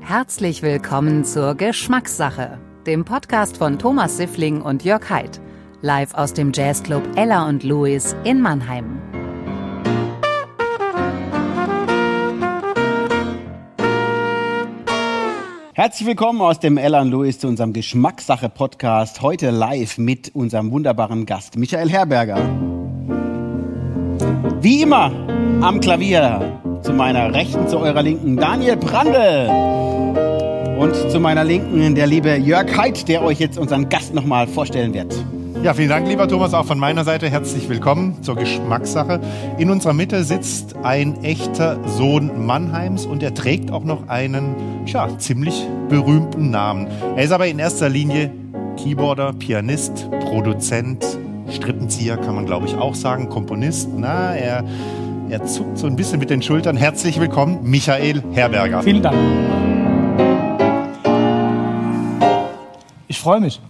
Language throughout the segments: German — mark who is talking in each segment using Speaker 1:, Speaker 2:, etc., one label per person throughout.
Speaker 1: herzlich willkommen zur Geschmackssache, dem Podcast von Thomas Siffling und Jörg Haidt, live aus dem Jazzclub Ella und Louis in Mannheim.
Speaker 2: Herzlich willkommen aus dem Elan Louis zu unserem Geschmackssache-Podcast. Heute live mit unserem wunderbaren Gast Michael Herberger. Wie immer am Klavier zu meiner Rechten, zu eurer Linken Daniel Brandl. Und zu meiner Linken der liebe Jörg Heid, der euch jetzt unseren Gast nochmal vorstellen wird.
Speaker 3: Ja, vielen Dank, lieber Thomas, auch von meiner Seite herzlich willkommen zur Geschmackssache. In unserer Mitte sitzt ein echter Sohn Mannheims und er trägt auch noch einen, tja, ziemlich berühmten Namen. Er ist aber in erster Linie Keyboarder, Pianist, Produzent, Strippenzieher, kann man glaube ich auch sagen, Komponist. Na, er, er zuckt so ein bisschen mit den Schultern. Herzlich willkommen, Michael Herberger.
Speaker 4: Vielen Dank. Ich freue mich.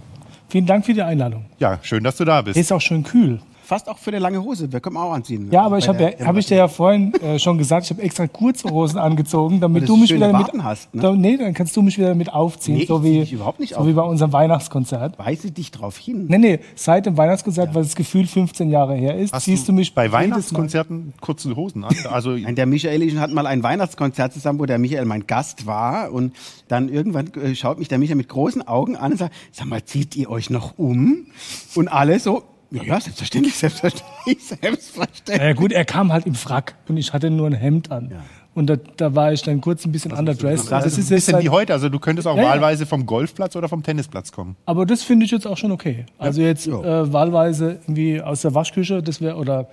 Speaker 4: Vielen Dank für die Einladung.
Speaker 3: Ja, schön, dass du da bist.
Speaker 4: Hier ist auch schön kühl.
Speaker 2: Fast auch für eine lange Hose, wir können wir auch anziehen. ne?
Speaker 4: Ja, aber ich habe ja, hab ich dir ja vorhin äh, schon gesagt, ich habe extra kurze Hosen angezogen,
Speaker 2: Weil
Speaker 4: damit
Speaker 2: du
Speaker 4: du mich
Speaker 2: schöne
Speaker 4: wieder mit
Speaker 2: Waden hast, ne?
Speaker 4: Da, nee, dann kannst du mich wieder mit aufziehen,
Speaker 2: Nee, ich
Speaker 4: so
Speaker 2: zieh
Speaker 4: wie
Speaker 2: dich überhaupt nicht
Speaker 4: so
Speaker 2: auf.
Speaker 4: wie bei unserem Weihnachtskonzert.
Speaker 2: Weise dich drauf hin.
Speaker 4: Nee, nee, seit dem Weihnachtskonzert, weil das Gefühl 15 Jahre her ist,
Speaker 3: Hast
Speaker 4: siehst du, mich
Speaker 3: bei
Speaker 4: jedes Mal-
Speaker 3: Weihnachtskonzerten kurzen Hosen an? Also
Speaker 2: Nein, der Michael und ich hatten mal ein Weihnachtskonzert zusammen, wo der Michael mein Gast war. Und dann irgendwann äh, schaut mich der Michael mit großen Augen an und sagt, sag mal, zieht ihr euch noch um? Und alle so, ja, ja, selbstverständlich, selbstverständlich, selbstverständlich.
Speaker 4: Na ja, gut, er kam halt im Frack und ich hatte nur ein Hemd an. Und da, da war ich dann kurz ein bisschen underdressed.
Speaker 3: Das, ist ein
Speaker 4: jetzt
Speaker 3: bisschen
Speaker 4: halt-
Speaker 3: wie heute. Also du könntest auch
Speaker 4: Ja, ja.
Speaker 3: wahlweise vom Golfplatz oder vom Tennisplatz kommen.
Speaker 4: Aber das finde ich jetzt auch schon okay. Also jetzt
Speaker 2: Ja.
Speaker 4: äh, wahlweise irgendwie aus der Waschküche, das wäre oder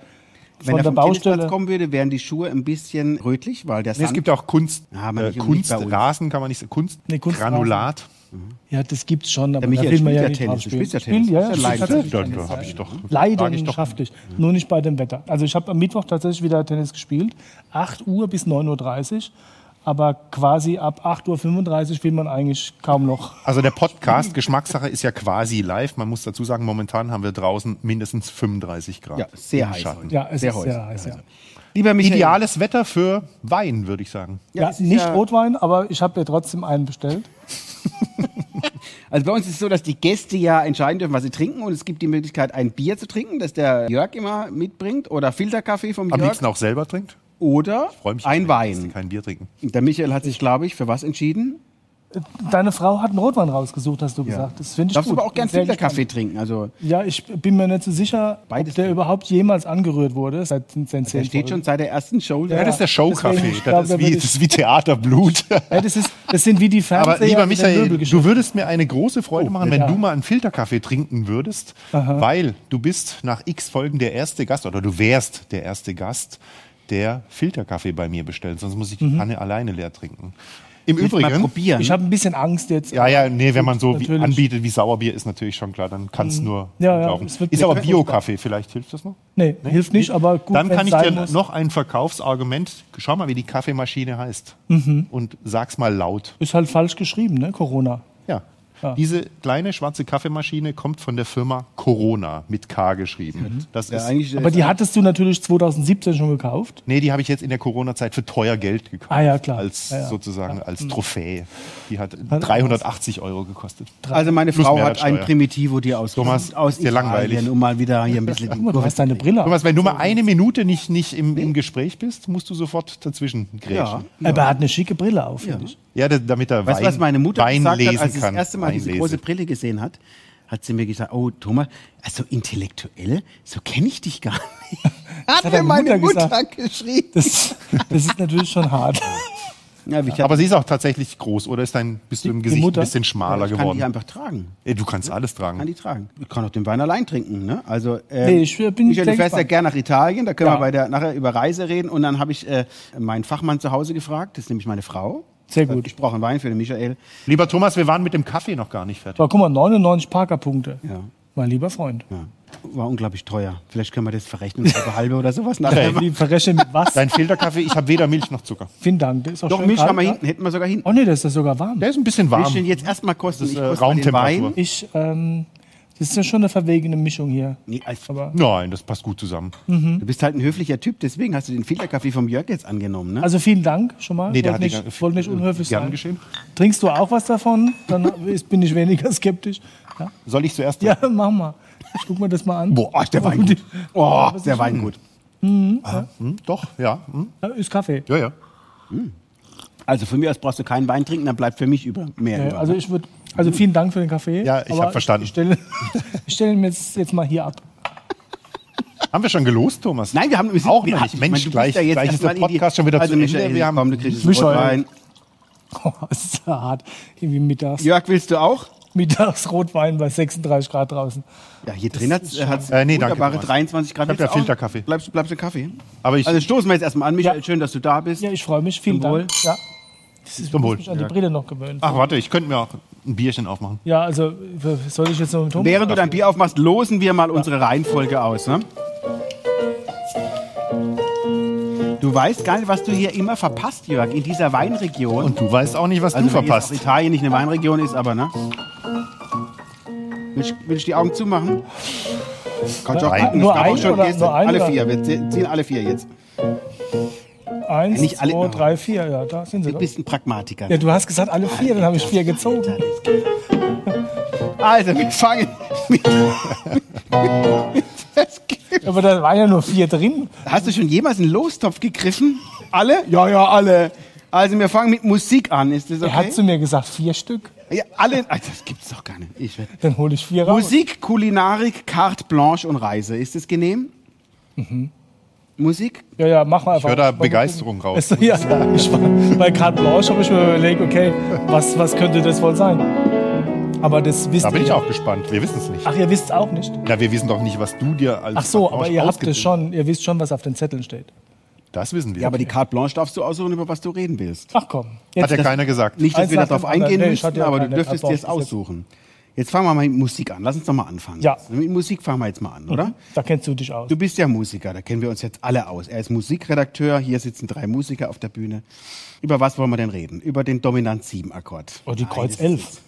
Speaker 2: Wenn
Speaker 4: von
Speaker 2: er
Speaker 4: der
Speaker 2: vom
Speaker 4: Baustelle.
Speaker 2: Tennisplatz kommen würde, wären die Schuhe ein bisschen rötlich, weil der
Speaker 3: Nee,
Speaker 2: Sand...
Speaker 3: es gibt ja auch Kunst,
Speaker 2: Ja, aber
Speaker 3: äh,
Speaker 2: nicht- nicht bei uns.
Speaker 3: Kunstrasen, kann man nicht sagen. Kunst,
Speaker 4: Nee, Kunstrasen.
Speaker 3: Granulat.
Speaker 4: Ja, das gibt's schon, aber
Speaker 2: Der Michael
Speaker 4: da will man
Speaker 2: spielt
Speaker 4: ja
Speaker 2: ja
Speaker 4: nicht
Speaker 2: Tennis,
Speaker 4: drauf
Speaker 2: du
Speaker 4: spielen.
Speaker 2: spielst ja Tennis,
Speaker 4: Spiel,
Speaker 2: das ist
Speaker 4: ja,
Speaker 2: ja
Speaker 4: ich spiel
Speaker 2: Leidenschaft.
Speaker 4: tatsächlich
Speaker 3: Dann
Speaker 4: Tennis,
Speaker 3: habe
Speaker 4: ja.
Speaker 3: ich doch. sag ich doch.
Speaker 4: Leidenschaftlich, nur nicht bei dem Wetter. Also ich habe am Mittwoch tatsächlich wieder Tennis gespielt, 8 Uhr bis 9.30 Uhr. Aber quasi ab 8.35 Uhr will man eigentlich kaum noch.
Speaker 3: Also der Podcast Geschmackssache ist ja quasi live. Man muss dazu sagen, momentan haben wir draußen mindestens 35 Grad.
Speaker 2: Ja, sehr
Speaker 3: im
Speaker 2: heiß
Speaker 3: Schatten.
Speaker 2: heute.
Speaker 4: Ja, es
Speaker 2: Sehr
Speaker 4: ist
Speaker 2: heiß,
Speaker 4: sehr heiß. Ja,
Speaker 2: Lieber Michael,
Speaker 3: Ideales Wetter für Wein, würde ich sagen.
Speaker 4: ja,
Speaker 2: es ist
Speaker 4: nicht
Speaker 2: ja-
Speaker 4: Rotwein, aber ich habe ja trotzdem einen bestellt.
Speaker 2: Also bei uns ist es so, dass die Gäste ja entscheiden dürfen, was sie trinken. Und es gibt die Möglichkeit, ein Bier zu trinken, das der Jörg immer mitbringt. Oder Filterkaffee vom
Speaker 3: Am
Speaker 2: Jörg.
Speaker 3: liebsten auch selber trinkt.
Speaker 2: Oder
Speaker 3: Freue mich,
Speaker 2: ein
Speaker 3: dass die
Speaker 2: Wein.
Speaker 3: kein Bier trinken.
Speaker 2: Der Michael hat sich, glaube ich, für was entschieden?
Speaker 4: Deine Frau hat einen Rotwein rausgesucht, hast du gesagt. Das finde ich
Speaker 2: Darfst
Speaker 4: gut.
Speaker 2: du aber auch gern
Speaker 4: Bin sehr
Speaker 2: Filterkaffee trinken. Also
Speaker 4: gespannt. Ja, ich bin mir nicht so sicher,
Speaker 2: Beides
Speaker 4: ob der
Speaker 2: geht.
Speaker 4: überhaupt jemals angerührt wurde. Seit, seit
Speaker 2: der
Speaker 3: Also
Speaker 4: zehn
Speaker 2: steht schon
Speaker 4: Folgen.
Speaker 2: seit der ersten Show.
Speaker 3: Ja, das ist der
Speaker 4: deswegen,
Speaker 3: Showkaffee.
Speaker 4: ich glaub,
Speaker 3: Das,
Speaker 4: da
Speaker 3: ist wie-
Speaker 4: würde
Speaker 3: das ist wie Theaterblut.
Speaker 4: Ja, das, ist, das sind wie die Fernseher.
Speaker 3: Aber lieber
Speaker 4: die den Möbel
Speaker 3: Michael,
Speaker 4: geschickt
Speaker 3: du würdest mir eine große Freude machen, wenn
Speaker 4: ja.
Speaker 3: du mal einen Filterkaffee trinken würdest, weil du bist nach x Folgen der erste Gast oder du wärst der erste Gast, der Filterkaffee bei mir bestellt. Sonst muss ich die
Speaker 4: Mhm.
Speaker 3: Kanne alleine leer trinken. Im
Speaker 2: Mal
Speaker 3: Übrigen.
Speaker 2: probieren.
Speaker 4: Ich habe ein bisschen Angst jetzt.
Speaker 3: Ja, ja, nee, wenn man so wie
Speaker 4: Natürlich. Mhm.
Speaker 3: anbietet wie Sauerbier, ist natürlich schon klar, dann kann es nur
Speaker 4: Ja, ja,
Speaker 3: laufen.
Speaker 4: es wird
Speaker 3: Ist
Speaker 4: nicht
Speaker 3: aber
Speaker 4: mehr
Speaker 3: Bio-Kaffee, vielleicht hilft das noch?
Speaker 4: Nee, hilft nicht, aber gut,
Speaker 3: Dann kann
Speaker 4: wenn's
Speaker 3: ich dir
Speaker 4: sein muss.
Speaker 3: noch ein Verkaufsargument, schau mal, wie die Kaffeemaschine heißt
Speaker 4: Mhm.
Speaker 3: und sag's mal laut.
Speaker 4: Ist halt falsch geschrieben, ne? Corona.
Speaker 3: Ja.
Speaker 2: Ah.
Speaker 3: Diese kleine schwarze Kaffeemaschine kommt von der Firma Corona mit K geschrieben. Das
Speaker 2: Mhm. Ja,
Speaker 3: ist, halt-
Speaker 2: eigentlich ist
Speaker 4: Aber die hattest du natürlich 2017 schon gekauft.
Speaker 3: nee, die habe ich jetzt in der Corona-Zeit für teuer Geld gekauft.
Speaker 4: Ah, ja, klar.
Speaker 3: Als
Speaker 4: Ja, ja.
Speaker 3: sozusagen
Speaker 2: Mhm.
Speaker 3: als Trophäe. Die hat 380 Euro gekostet.
Speaker 2: also meine
Speaker 3: Plus
Speaker 2: Frau hat ein
Speaker 3: Mehrwertsteuer.
Speaker 2: Primitivo dir aus
Speaker 3: Thomas,
Speaker 2: aus
Speaker 3: ist dir langweilig?
Speaker 2: um mal wieder hier ein bisschen die
Speaker 4: Guck mal, du
Speaker 2: Kurve
Speaker 4: hast deine Brille.
Speaker 3: Thomas, wenn du mal eine Minute nicht, nicht im, im Gespräch bist, musst du sofort dazwischen
Speaker 2: Ja.
Speaker 3: grätschen.
Speaker 4: Aber er hat eine schicke Brille auf, finde ich.
Speaker 3: Ja, da- damit er
Speaker 2: Weißt du,
Speaker 3: Wein,
Speaker 2: was meine Mutter
Speaker 3: Wein
Speaker 2: gesagt
Speaker 3: lesen
Speaker 2: hat, als sie das
Speaker 3: kann.
Speaker 2: erste Mal
Speaker 3: Wein
Speaker 2: diese
Speaker 3: lese.
Speaker 2: große Brille gesehen hat? Hat sie mir gesagt, oh Thomas, also intellektuell, so kenne ich dich gar nicht. Hat,
Speaker 4: hat
Speaker 2: mir
Speaker 4: deine
Speaker 2: meine
Speaker 4: Mutter
Speaker 2: Mutter geschrieben.
Speaker 4: Das, das ist natürlich schon hart.
Speaker 2: Ja, ich
Speaker 3: Aber sie ist auch tatsächlich groß, oder ist dein, bist du im Gesicht
Speaker 4: Mutter?
Speaker 3: ein bisschen schmaler
Speaker 2: ich kann die
Speaker 3: geworden?
Speaker 2: einfach tragen.
Speaker 3: Ey, Du kannst alles
Speaker 2: Kann
Speaker 3: tragen.
Speaker 2: die tragen. Ich kann auch den Wein allein trinken. Ne? Also, ähm,
Speaker 4: Nee, ich äh, bin
Speaker 2: Michael,
Speaker 4: sehr
Speaker 2: du fährst ja
Speaker 4: gespannt.
Speaker 2: gerne nach Italien, da können
Speaker 4: Ja.
Speaker 2: wir bei der, nachher über Reise reden. Und dann habe ich äh, meinen Fachmann zu Hause gefragt, das ist nämlich meine Frau.
Speaker 4: Sehr
Speaker 2: Das heißt,
Speaker 4: gut.
Speaker 2: Ich brauche einen Wein für den Michael.
Speaker 3: Lieber Thomas, wir waren mit dem Kaffee noch gar nicht fertig.
Speaker 4: Aber guck mal, 99 Parkerpunkte.
Speaker 2: Ja.
Speaker 4: Mein lieber Freund.
Speaker 2: Ja. War unglaublich teuer. Vielleicht können wir das verrechnen, halbe halbe oder sowas nachher.
Speaker 4: Die verrechne mit was?
Speaker 3: Dein Filterkaffee, ich habe weder Milch noch Zucker.
Speaker 4: Vielen Dank. Der ist auch
Speaker 2: Doch,
Speaker 4: schön
Speaker 2: Milch
Speaker 4: kalt,
Speaker 2: haben wir
Speaker 4: ja?
Speaker 2: hinten, hätten wir sogar hinten.
Speaker 4: Oh nee, das ist sogar warm.
Speaker 3: Der ist ein bisschen
Speaker 2: Wir stehen
Speaker 3: warm.
Speaker 2: jetzt erstmal kosten.
Speaker 3: Das ist,
Speaker 2: Ich
Speaker 3: äh,
Speaker 2: koste mal den
Speaker 3: Raumtemperatur.
Speaker 2: Wein.
Speaker 4: Ich ähm, Das ist ja schon eine verwegene Mischung hier.
Speaker 2: Nee, als,
Speaker 4: Aber
Speaker 3: Nein, das passt gut zusammen.
Speaker 2: du bist halt ein höflicher Typ, deswegen hast du den Filterkaffee vom Jörg jetzt angenommen, ne?
Speaker 4: Also vielen Dank schon mal.
Speaker 3: Nee, der
Speaker 4: wollte,
Speaker 3: hat die
Speaker 4: nicht,
Speaker 3: gar-
Speaker 4: wollte nicht unhöflich
Speaker 3: Gern
Speaker 4: sein.
Speaker 3: geschehen.
Speaker 4: Trinkst du auch was davon? Dann ist, bin ich weniger skeptisch. Ja,
Speaker 3: Soll ich zuerst?
Speaker 4: ja mach mal. Ich guck mir das mal an.
Speaker 2: Boah, ist der Wein gut. Oh, ist der Wein gut.
Speaker 3: Hm, doch, ja. Hm,
Speaker 4: Ja, Ist Kaffee.
Speaker 3: ja, ja.
Speaker 2: Also von mir aus brauchst du keinen Wein trinken, dann bleibt für mich über mehr.
Speaker 4: Ja,
Speaker 2: über.
Speaker 4: also ich würde, also vielen Dank für den Kaffee.
Speaker 3: Ja, ich
Speaker 4: aber
Speaker 3: hab verstanden.
Speaker 4: Ich stelle, ich stelle ihn jetzt, jetzt mal hier ab.
Speaker 3: Haben wir schon gelost, Thomas?
Speaker 2: Nein, wir haben wir sind-
Speaker 3: auch
Speaker 2: wir-
Speaker 3: noch nicht.
Speaker 2: ich
Speaker 3: Mensch,
Speaker 2: meine, du
Speaker 3: gleich,
Speaker 2: bist ja jetzt
Speaker 3: gleich ist der
Speaker 2: erstmal in die-
Speaker 3: Podcast schon wieder
Speaker 2: also
Speaker 3: zu
Speaker 2: Michael,
Speaker 3: Ende. Wir haben
Speaker 2: komm, du kriegst einen
Speaker 4: Michael.
Speaker 2: Rotwein.
Speaker 4: Oh, ist ja hart. Irgendwie mittags,
Speaker 2: Jörg, willst du auch?
Speaker 4: mittags Rotwein bei 36 Grad draußen.
Speaker 2: Ja, hier drin hat es
Speaker 3: Äh, nee, danke,
Speaker 2: wunderbare
Speaker 3: Thomas.
Speaker 2: 23 Grad.
Speaker 3: Ich hab
Speaker 2: Willst
Speaker 3: ja
Speaker 2: du auch?
Speaker 3: Filterkaffee.
Speaker 2: Bleibst, bleibst du Kaffee?
Speaker 3: Aber ich-
Speaker 2: also stoßen wir jetzt erstmal an, Michael.
Speaker 4: Ja.
Speaker 2: Schön, dass du da bist.
Speaker 4: Ja, ich freue mich. Vielen
Speaker 2: Zum Wohl.
Speaker 4: Dank. Ja. Das ist, ich
Speaker 3: Zum
Speaker 4: muss
Speaker 3: Wohl. Ah.
Speaker 4: mich an die Brille noch gewöhnen.
Speaker 3: Ach, warte, ich könnte mir auch ein Bierchen aufmachen.
Speaker 4: Ja, also soll ich jetzt noch mit Thomas?
Speaker 2: Während du dein Bier aufmachst, losen wir mal unsere Reihenfolge aus. Ne? Du weißt gar nicht, was du hier immer verpasst, Jörg, in dieser Weinregion.
Speaker 3: Und du weißt auch nicht, was du
Speaker 2: wenn jetzt
Speaker 3: verpasst.
Speaker 2: Also auch Italien nicht eine Weinregion ist, aber ne? Will ich, will ich die Augen zumachen? Kannst du auch
Speaker 3: Nein.
Speaker 2: gucken,
Speaker 4: Nur
Speaker 2: es gab auch
Speaker 4: ein
Speaker 2: schon
Speaker 4: oder-
Speaker 2: gestern.
Speaker 4: nur ein
Speaker 2: Alle
Speaker 4: oder-
Speaker 2: vier, wir zäh- ziehen alle vier jetzt.
Speaker 4: Eins,
Speaker 2: Nicht alle- Oh.
Speaker 4: zwei, drei, vier. Ja, da sind sie.
Speaker 2: Du
Speaker 4: doch.
Speaker 2: bist ein Pragmatiker.
Speaker 4: Ja, du hast gesagt alle vier, dann habe ich vier gezogen.
Speaker 2: Also, wir fangen mit, das Gift.
Speaker 4: Aber da waren ja nur vier drin.
Speaker 2: Hast du schon jemals einen Lostopf gegriffen? Alle? Ja, ja, alle. Also, wir fangen mit Musik an. Ist das
Speaker 4: Er hat zu
Speaker 2: okay?
Speaker 4: mir gesagt, vier Stück.
Speaker 2: Ja, alle. Also, das gibt's doch gar nicht. Ich werd-
Speaker 4: Dann hole ich vier raus.
Speaker 2: Musik, Kulinarik, Carte Blanche und Reise. Ist das genehm? Mhm. Musik?
Speaker 4: Ja, ja, mach mal einfach.
Speaker 3: Ich höre da Begeisterung raus.
Speaker 4: Weißt du, ja, ich war, bei Carte Blanche habe ich mir überlegt, okay, was, was könnte das wohl sein? Aber das wisst
Speaker 3: Da bin
Speaker 4: ihr.
Speaker 3: ich auch gespannt. Wir wissen es nicht.
Speaker 4: Ach, ihr wisst auch nicht?
Speaker 3: Na, wir wissen doch nicht, was du dir als
Speaker 4: Ach so,
Speaker 3: Orange
Speaker 4: aber ihr habt
Speaker 3: ausgesucht
Speaker 4: es schon. Ihr wisst schon, was auf den Zetteln steht.
Speaker 3: Das wissen wir.
Speaker 2: Ja, aber die Carte Blanche darfst du aussuchen, über was du reden willst.
Speaker 4: Ach komm.
Speaker 3: Hat
Speaker 4: Jetzt,
Speaker 3: ja keiner gesagt.
Speaker 2: Nicht, dass
Speaker 4: Eins
Speaker 2: wir
Speaker 4: nach
Speaker 2: darauf
Speaker 4: dem anderen.
Speaker 2: eingehen
Speaker 4: Also Nee, ich
Speaker 2: müssen,
Speaker 4: hatte ja
Speaker 2: aber du
Speaker 4: keine
Speaker 2: dürftest dir
Speaker 4: Carte
Speaker 2: es
Speaker 4: Blanche bis jetzt.
Speaker 2: aussuchen. Jetzt fangen wir mal mit Musik an. Lass uns doch mal anfangen. Also
Speaker 4: Ja. Mhm.
Speaker 2: Mit Musik fangen wir jetzt mal an, oder?
Speaker 4: da kennst du dich aus.
Speaker 2: Du bist ja Musiker, da kennen wir uns jetzt alle aus. Er ist Musikredakteur, hier sitzen drei Musiker auf der Bühne. Über was wollen wir denn reden? Über den Dominant-7-Akkord.
Speaker 4: Oh, die Kreuz
Speaker 2: Nein, das
Speaker 4: 11.
Speaker 2: ist-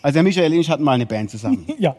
Speaker 2: Also der Michael und ich hatten mal eine Band zusammen.
Speaker 4: Ja.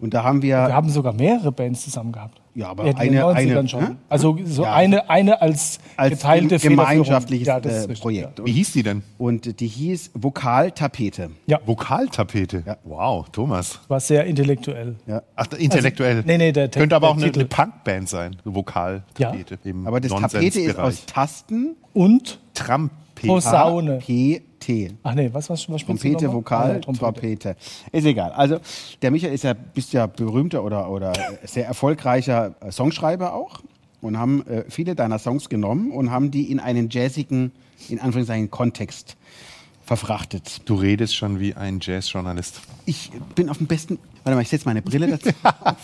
Speaker 2: Und da haben
Speaker 4: Wir
Speaker 2: wir...
Speaker 4: haben sogar mehrere Bands zusammen gehabt.
Speaker 2: Ja, aber
Speaker 4: Wir hatten in den
Speaker 2: eine-
Speaker 4: 90ern
Speaker 2: eine,
Speaker 4: schon.
Speaker 2: hä?
Speaker 4: Also so
Speaker 2: Ja.
Speaker 4: eine, eine als,
Speaker 2: Als
Speaker 4: geteilte
Speaker 2: gem- gemeinschaftliches
Speaker 4: Federführung. Ja, das ist
Speaker 2: äh,
Speaker 4: richtig,
Speaker 2: Projekt.
Speaker 3: Wie hieß die denn?
Speaker 2: Und die hieß Vokaltapete.
Speaker 4: Ja. ja,
Speaker 3: Vokaltapete. Wow, Thomas.
Speaker 4: war sehr intellektuell.
Speaker 2: Ja.
Speaker 3: Ach, intellektuell.
Speaker 4: Also, nee, nee, der Te-
Speaker 3: Könnte aber
Speaker 4: der
Speaker 3: auch eine,
Speaker 4: Titel.
Speaker 3: eine Punkband sein. Eine Vokaltapete. Im
Speaker 2: Aber das Tapete ist aus
Speaker 3: Nonsensbereich.
Speaker 2: Tasten,
Speaker 4: Und
Speaker 3: Trampete.
Speaker 4: Posaune.
Speaker 2: P, T.
Speaker 4: Ach nee, was, was, was spielst du
Speaker 2: Trompete,
Speaker 4: nochmal? Ah,
Speaker 2: Vokal,
Speaker 4: ja, Trompete.
Speaker 2: Trompete. Ist egal. Also, der Michael ist ja, bist ja berühmter oder, oder sehr erfolgreicher äh, Songschreiber auch und haben äh, viele deiner Songs genommen und haben die in einen jazzigen, in Anführungszeichen, Kontext verfrachtet.
Speaker 3: Du redest schon wie ein Jazzjournalist.
Speaker 2: Ich bin auf dem besten. Warte mal, ich setze meine Brille dazu.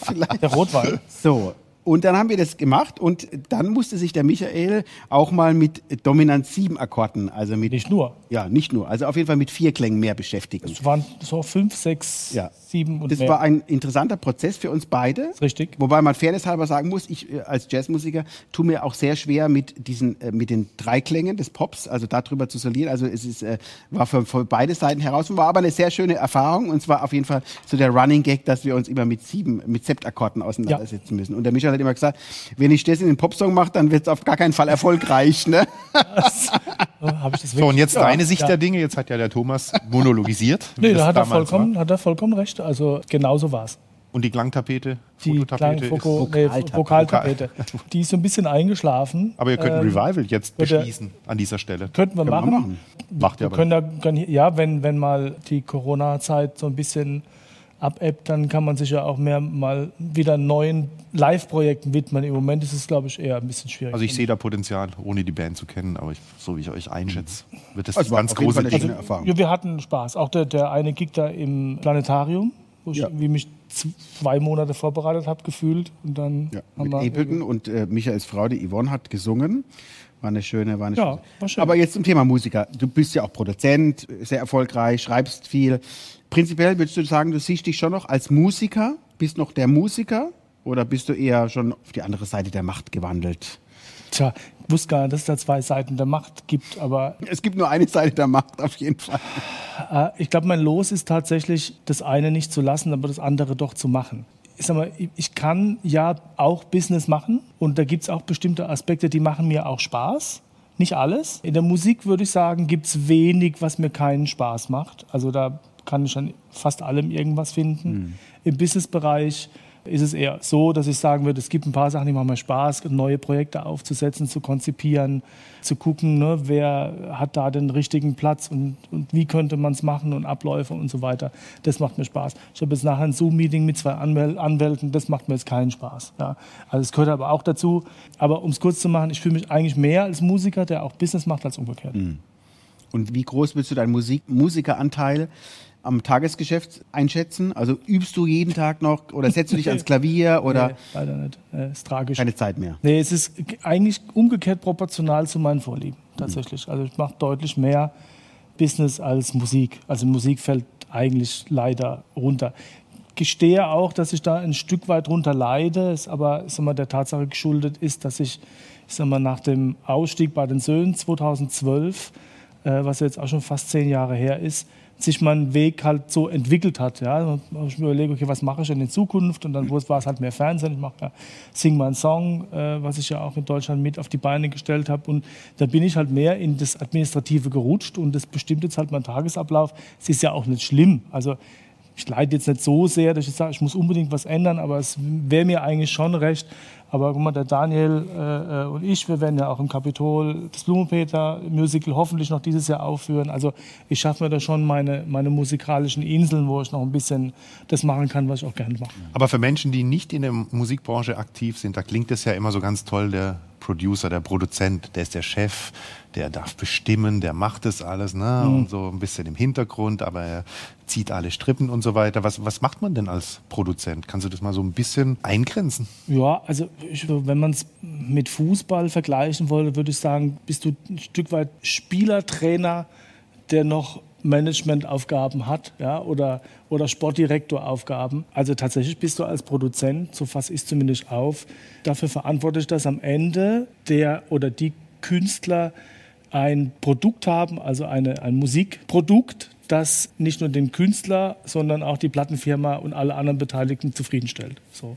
Speaker 2: Vielleicht.
Speaker 4: Der Rotwein.
Speaker 2: So. Und dann haben wir das gemacht und dann musste sich der Michael auch mal mit Dominant 7 Akkorden, also mit
Speaker 4: Nicht nur.
Speaker 2: ja, nicht nur, also auf jeden Fall mit vier Klängen mehr beschäftigen.
Speaker 4: Es waren so fünf, sechs,
Speaker 2: Ja.
Speaker 4: sieben und
Speaker 2: das
Speaker 4: mehr.
Speaker 2: war ein interessanter Prozess für uns beide.
Speaker 4: Ist richtig.
Speaker 2: Wobei man fairnesshalber sagen muss, ich äh, als Jazzmusiker tue mir auch sehr schwer mit diesen äh, mit den Dreiklängen des Pops, also darüber zu solieren. Also es ist äh, war für, für beide Seiten heraus und war aber eine sehr schöne Erfahrung und zwar auf jeden Fall so der Running Gag, dass wir uns immer mit sieben mit Septakkorden auseinandersetzen müssen. Und der Michael hat immer gesagt, wenn ich das in den Popsong mache, dann wird es auf gar keinen Fall erfolgreich, ne?
Speaker 4: Habe Oh, ich das
Speaker 3: So,
Speaker 4: wirklich?
Speaker 3: und jetzt deine Sicht
Speaker 4: ja.
Speaker 3: der Dinge. Jetzt hat ja der Thomas monologisiert. wie
Speaker 4: nee,
Speaker 3: das
Speaker 4: da hat er,
Speaker 2: ne?
Speaker 3: damals
Speaker 4: vollkommen,
Speaker 3: war.
Speaker 4: hat er vollkommen recht. Also genau so war es.
Speaker 3: Und die Klangtapete,
Speaker 4: Die kleinen
Speaker 3: Fototapete. ist-
Speaker 4: Foko, nee,
Speaker 2: Vokaltapete.
Speaker 4: Vokaltapete. Die ist so ein bisschen eingeschlafen.
Speaker 3: Aber ihr könnt ein Revival jetzt
Speaker 4: Ähm, würde-
Speaker 3: beschließen an dieser Stelle.
Speaker 4: Könnten wir machen.
Speaker 2: machen.
Speaker 3: Macht ihr
Speaker 4: Wir
Speaker 3: aber.
Speaker 4: können da, können, hier- ja, wenn, wenn mal die Corona-Zeit so ein bisschen abebbt, dann kann man sich ja auch mehr mal wieder neuen Live-Projekten widmen. Im Moment ist es, glaube ich, eher ein bisschen schwierig.
Speaker 3: Also ich sehe da Potenzial, ohne die Band zu kennen, aber ich, so wie ich euch einschätze, wird das,
Speaker 2: Das war
Speaker 3: ganz
Speaker 2: Also auf jeden
Speaker 3: große
Speaker 2: Fall eine
Speaker 3: Ding.
Speaker 2: schöne Erfahrung.
Speaker 4: Ja, Also, wir hatten Spaß. Auch der, der eine Gig da im Planetarium, wo ich
Speaker 2: Ja.
Speaker 4: irgendwie mich z- zwei Monate vorbereitet habe, gefühlt. Und dann
Speaker 2: Ja,
Speaker 4: haben
Speaker 2: mit
Speaker 4: wir
Speaker 2: Ableton und äh, Michaels Frau, die Yvonne, hat gesungen. War eine schöne, war eine
Speaker 4: Ja,
Speaker 2: schöne.
Speaker 4: war schön.
Speaker 2: Aber jetzt zum Thema Musiker. Du bist ja auch Produzent, sehr erfolgreich, schreibst viel. Prinzipiell würdest du sagen, du siehst dich schon noch als Musiker? Bist noch der Musiker? Oder bist du eher schon auf die andere Seite der Macht gewandelt?
Speaker 4: Tja, ich wusste gar nicht, dass es da zwei Seiten der Macht gibt, aber
Speaker 2: Es gibt nur eine Seite der Macht, auf jeden Fall.
Speaker 4: äh, ich glaube, mein Los ist tatsächlich, das eine nicht zu lassen, aber das andere doch zu machen. Ich sag mal, ich- ich kann ja auch Business machen und da gibt es auch bestimmte Aspekte, die machen mir auch Spaß. Nicht alles. In der Musik würde ich sagen, gibt es wenig, was mir keinen Spaß macht. Also da kann ich an fast allem irgendwas finden. Im Businessbereich ist es eher so, dass ich sagen würde, es gibt ein paar Sachen, die machen mir Spaß, neue Projekte aufzusetzen, zu konzipieren, zu gucken, ne, wer hat da den richtigen Platz und, und wie könnte man es machen und Abläufe und so weiter. Das macht mir Spaß. Ich habe jetzt nachher ein Zoom-Meeting mit zwei Anwäl Anwälten, das macht mir jetzt keinen Spaß. Ja. Also es gehört aber auch dazu. Aber um es kurz zu machen, ich fühle mich eigentlich mehr als Musiker, der auch Business macht, als umgekehrt.
Speaker 2: Und wie groß willst du deinen Musik Musikeranteil am Tagesgeschäft einschätzen? Also übst du jeden Tag noch oder setzt du dich ans Klavier oder
Speaker 4: Nee, leider nicht. Äh, ist tragisch.
Speaker 2: keine Zeit mehr?
Speaker 4: Nee, es ist g- eigentlich umgekehrt proportional zu meinen Vorlieben, tatsächlich. Also ich mache deutlich mehr Business als Musik. Also Musik fällt eigentlich leider runter. Gestehe auch, dass ich da ein Stück weit runter leide, ist aber ich sag mal, der Tatsache geschuldet ist, dass ich, ich sag mal, nach dem Ausstieg bei den Söhnen 2012 äh, was jetzt auch schon fast zehn Jahre her ist, sich mein Weg halt so entwickelt hat. Ja? Und hab Ich mir überlege, okay, was mache ich denn in Zukunft? Und dann wo es war es halt mehr Fernsehen. Ich mache ja Sing meinen Song, äh, was ich ja auch in Deutschland mit auf die Beine gestellt habe. Und da bin ich halt mehr in das Administrative gerutscht und das bestimmt jetzt halt meinen Tagesablauf. Es ist ja auch nicht schlimm. Also ich leide jetzt nicht so sehr, dass ich sage, ich muss unbedingt was ändern, aber es wäre mir eigentlich schon recht. Aber guck mal, der Daniel äh, äh, und ich, wir werden ja auch im Kapitol das Blumenpeter-Musical hoffentlich noch dieses Jahr aufführen. Also ich schaffe mir da schon meine, meine musikalischen Inseln, wo ich noch ein bisschen das machen kann, was ich auch gerne mache.
Speaker 3: Aber für Menschen, die nicht in der Musikbranche aktiv sind, da klingt es ja immer so ganz toll, der Producer, der Produzent, der ist der Chef, der darf bestimmen, der macht das alles, ne? Und so ein bisschen im Hintergrund, aber er zieht alle Strippen und so weiter. Was, was macht man denn als Produzent? Kannst du das mal so ein bisschen eingrenzen?
Speaker 4: Ja, also ich, wenn man es mit Fußball vergleichen wollte, würde ich sagen, bist du ein Stück weit Spielertrainer, der noch Managementaufgaben hat ja, oder, oder Sportdirektoraufgaben. Also tatsächlich bist du als Produzent, so fasse ich es zumindest auf, dafür verantwortlich, dass am Ende der oder die Künstler ein Produkt haben, also eine, ein Musikprodukt, das nicht nur den Künstler, sondern auch die Plattenfirma und alle anderen Beteiligten zufriedenstellt. So.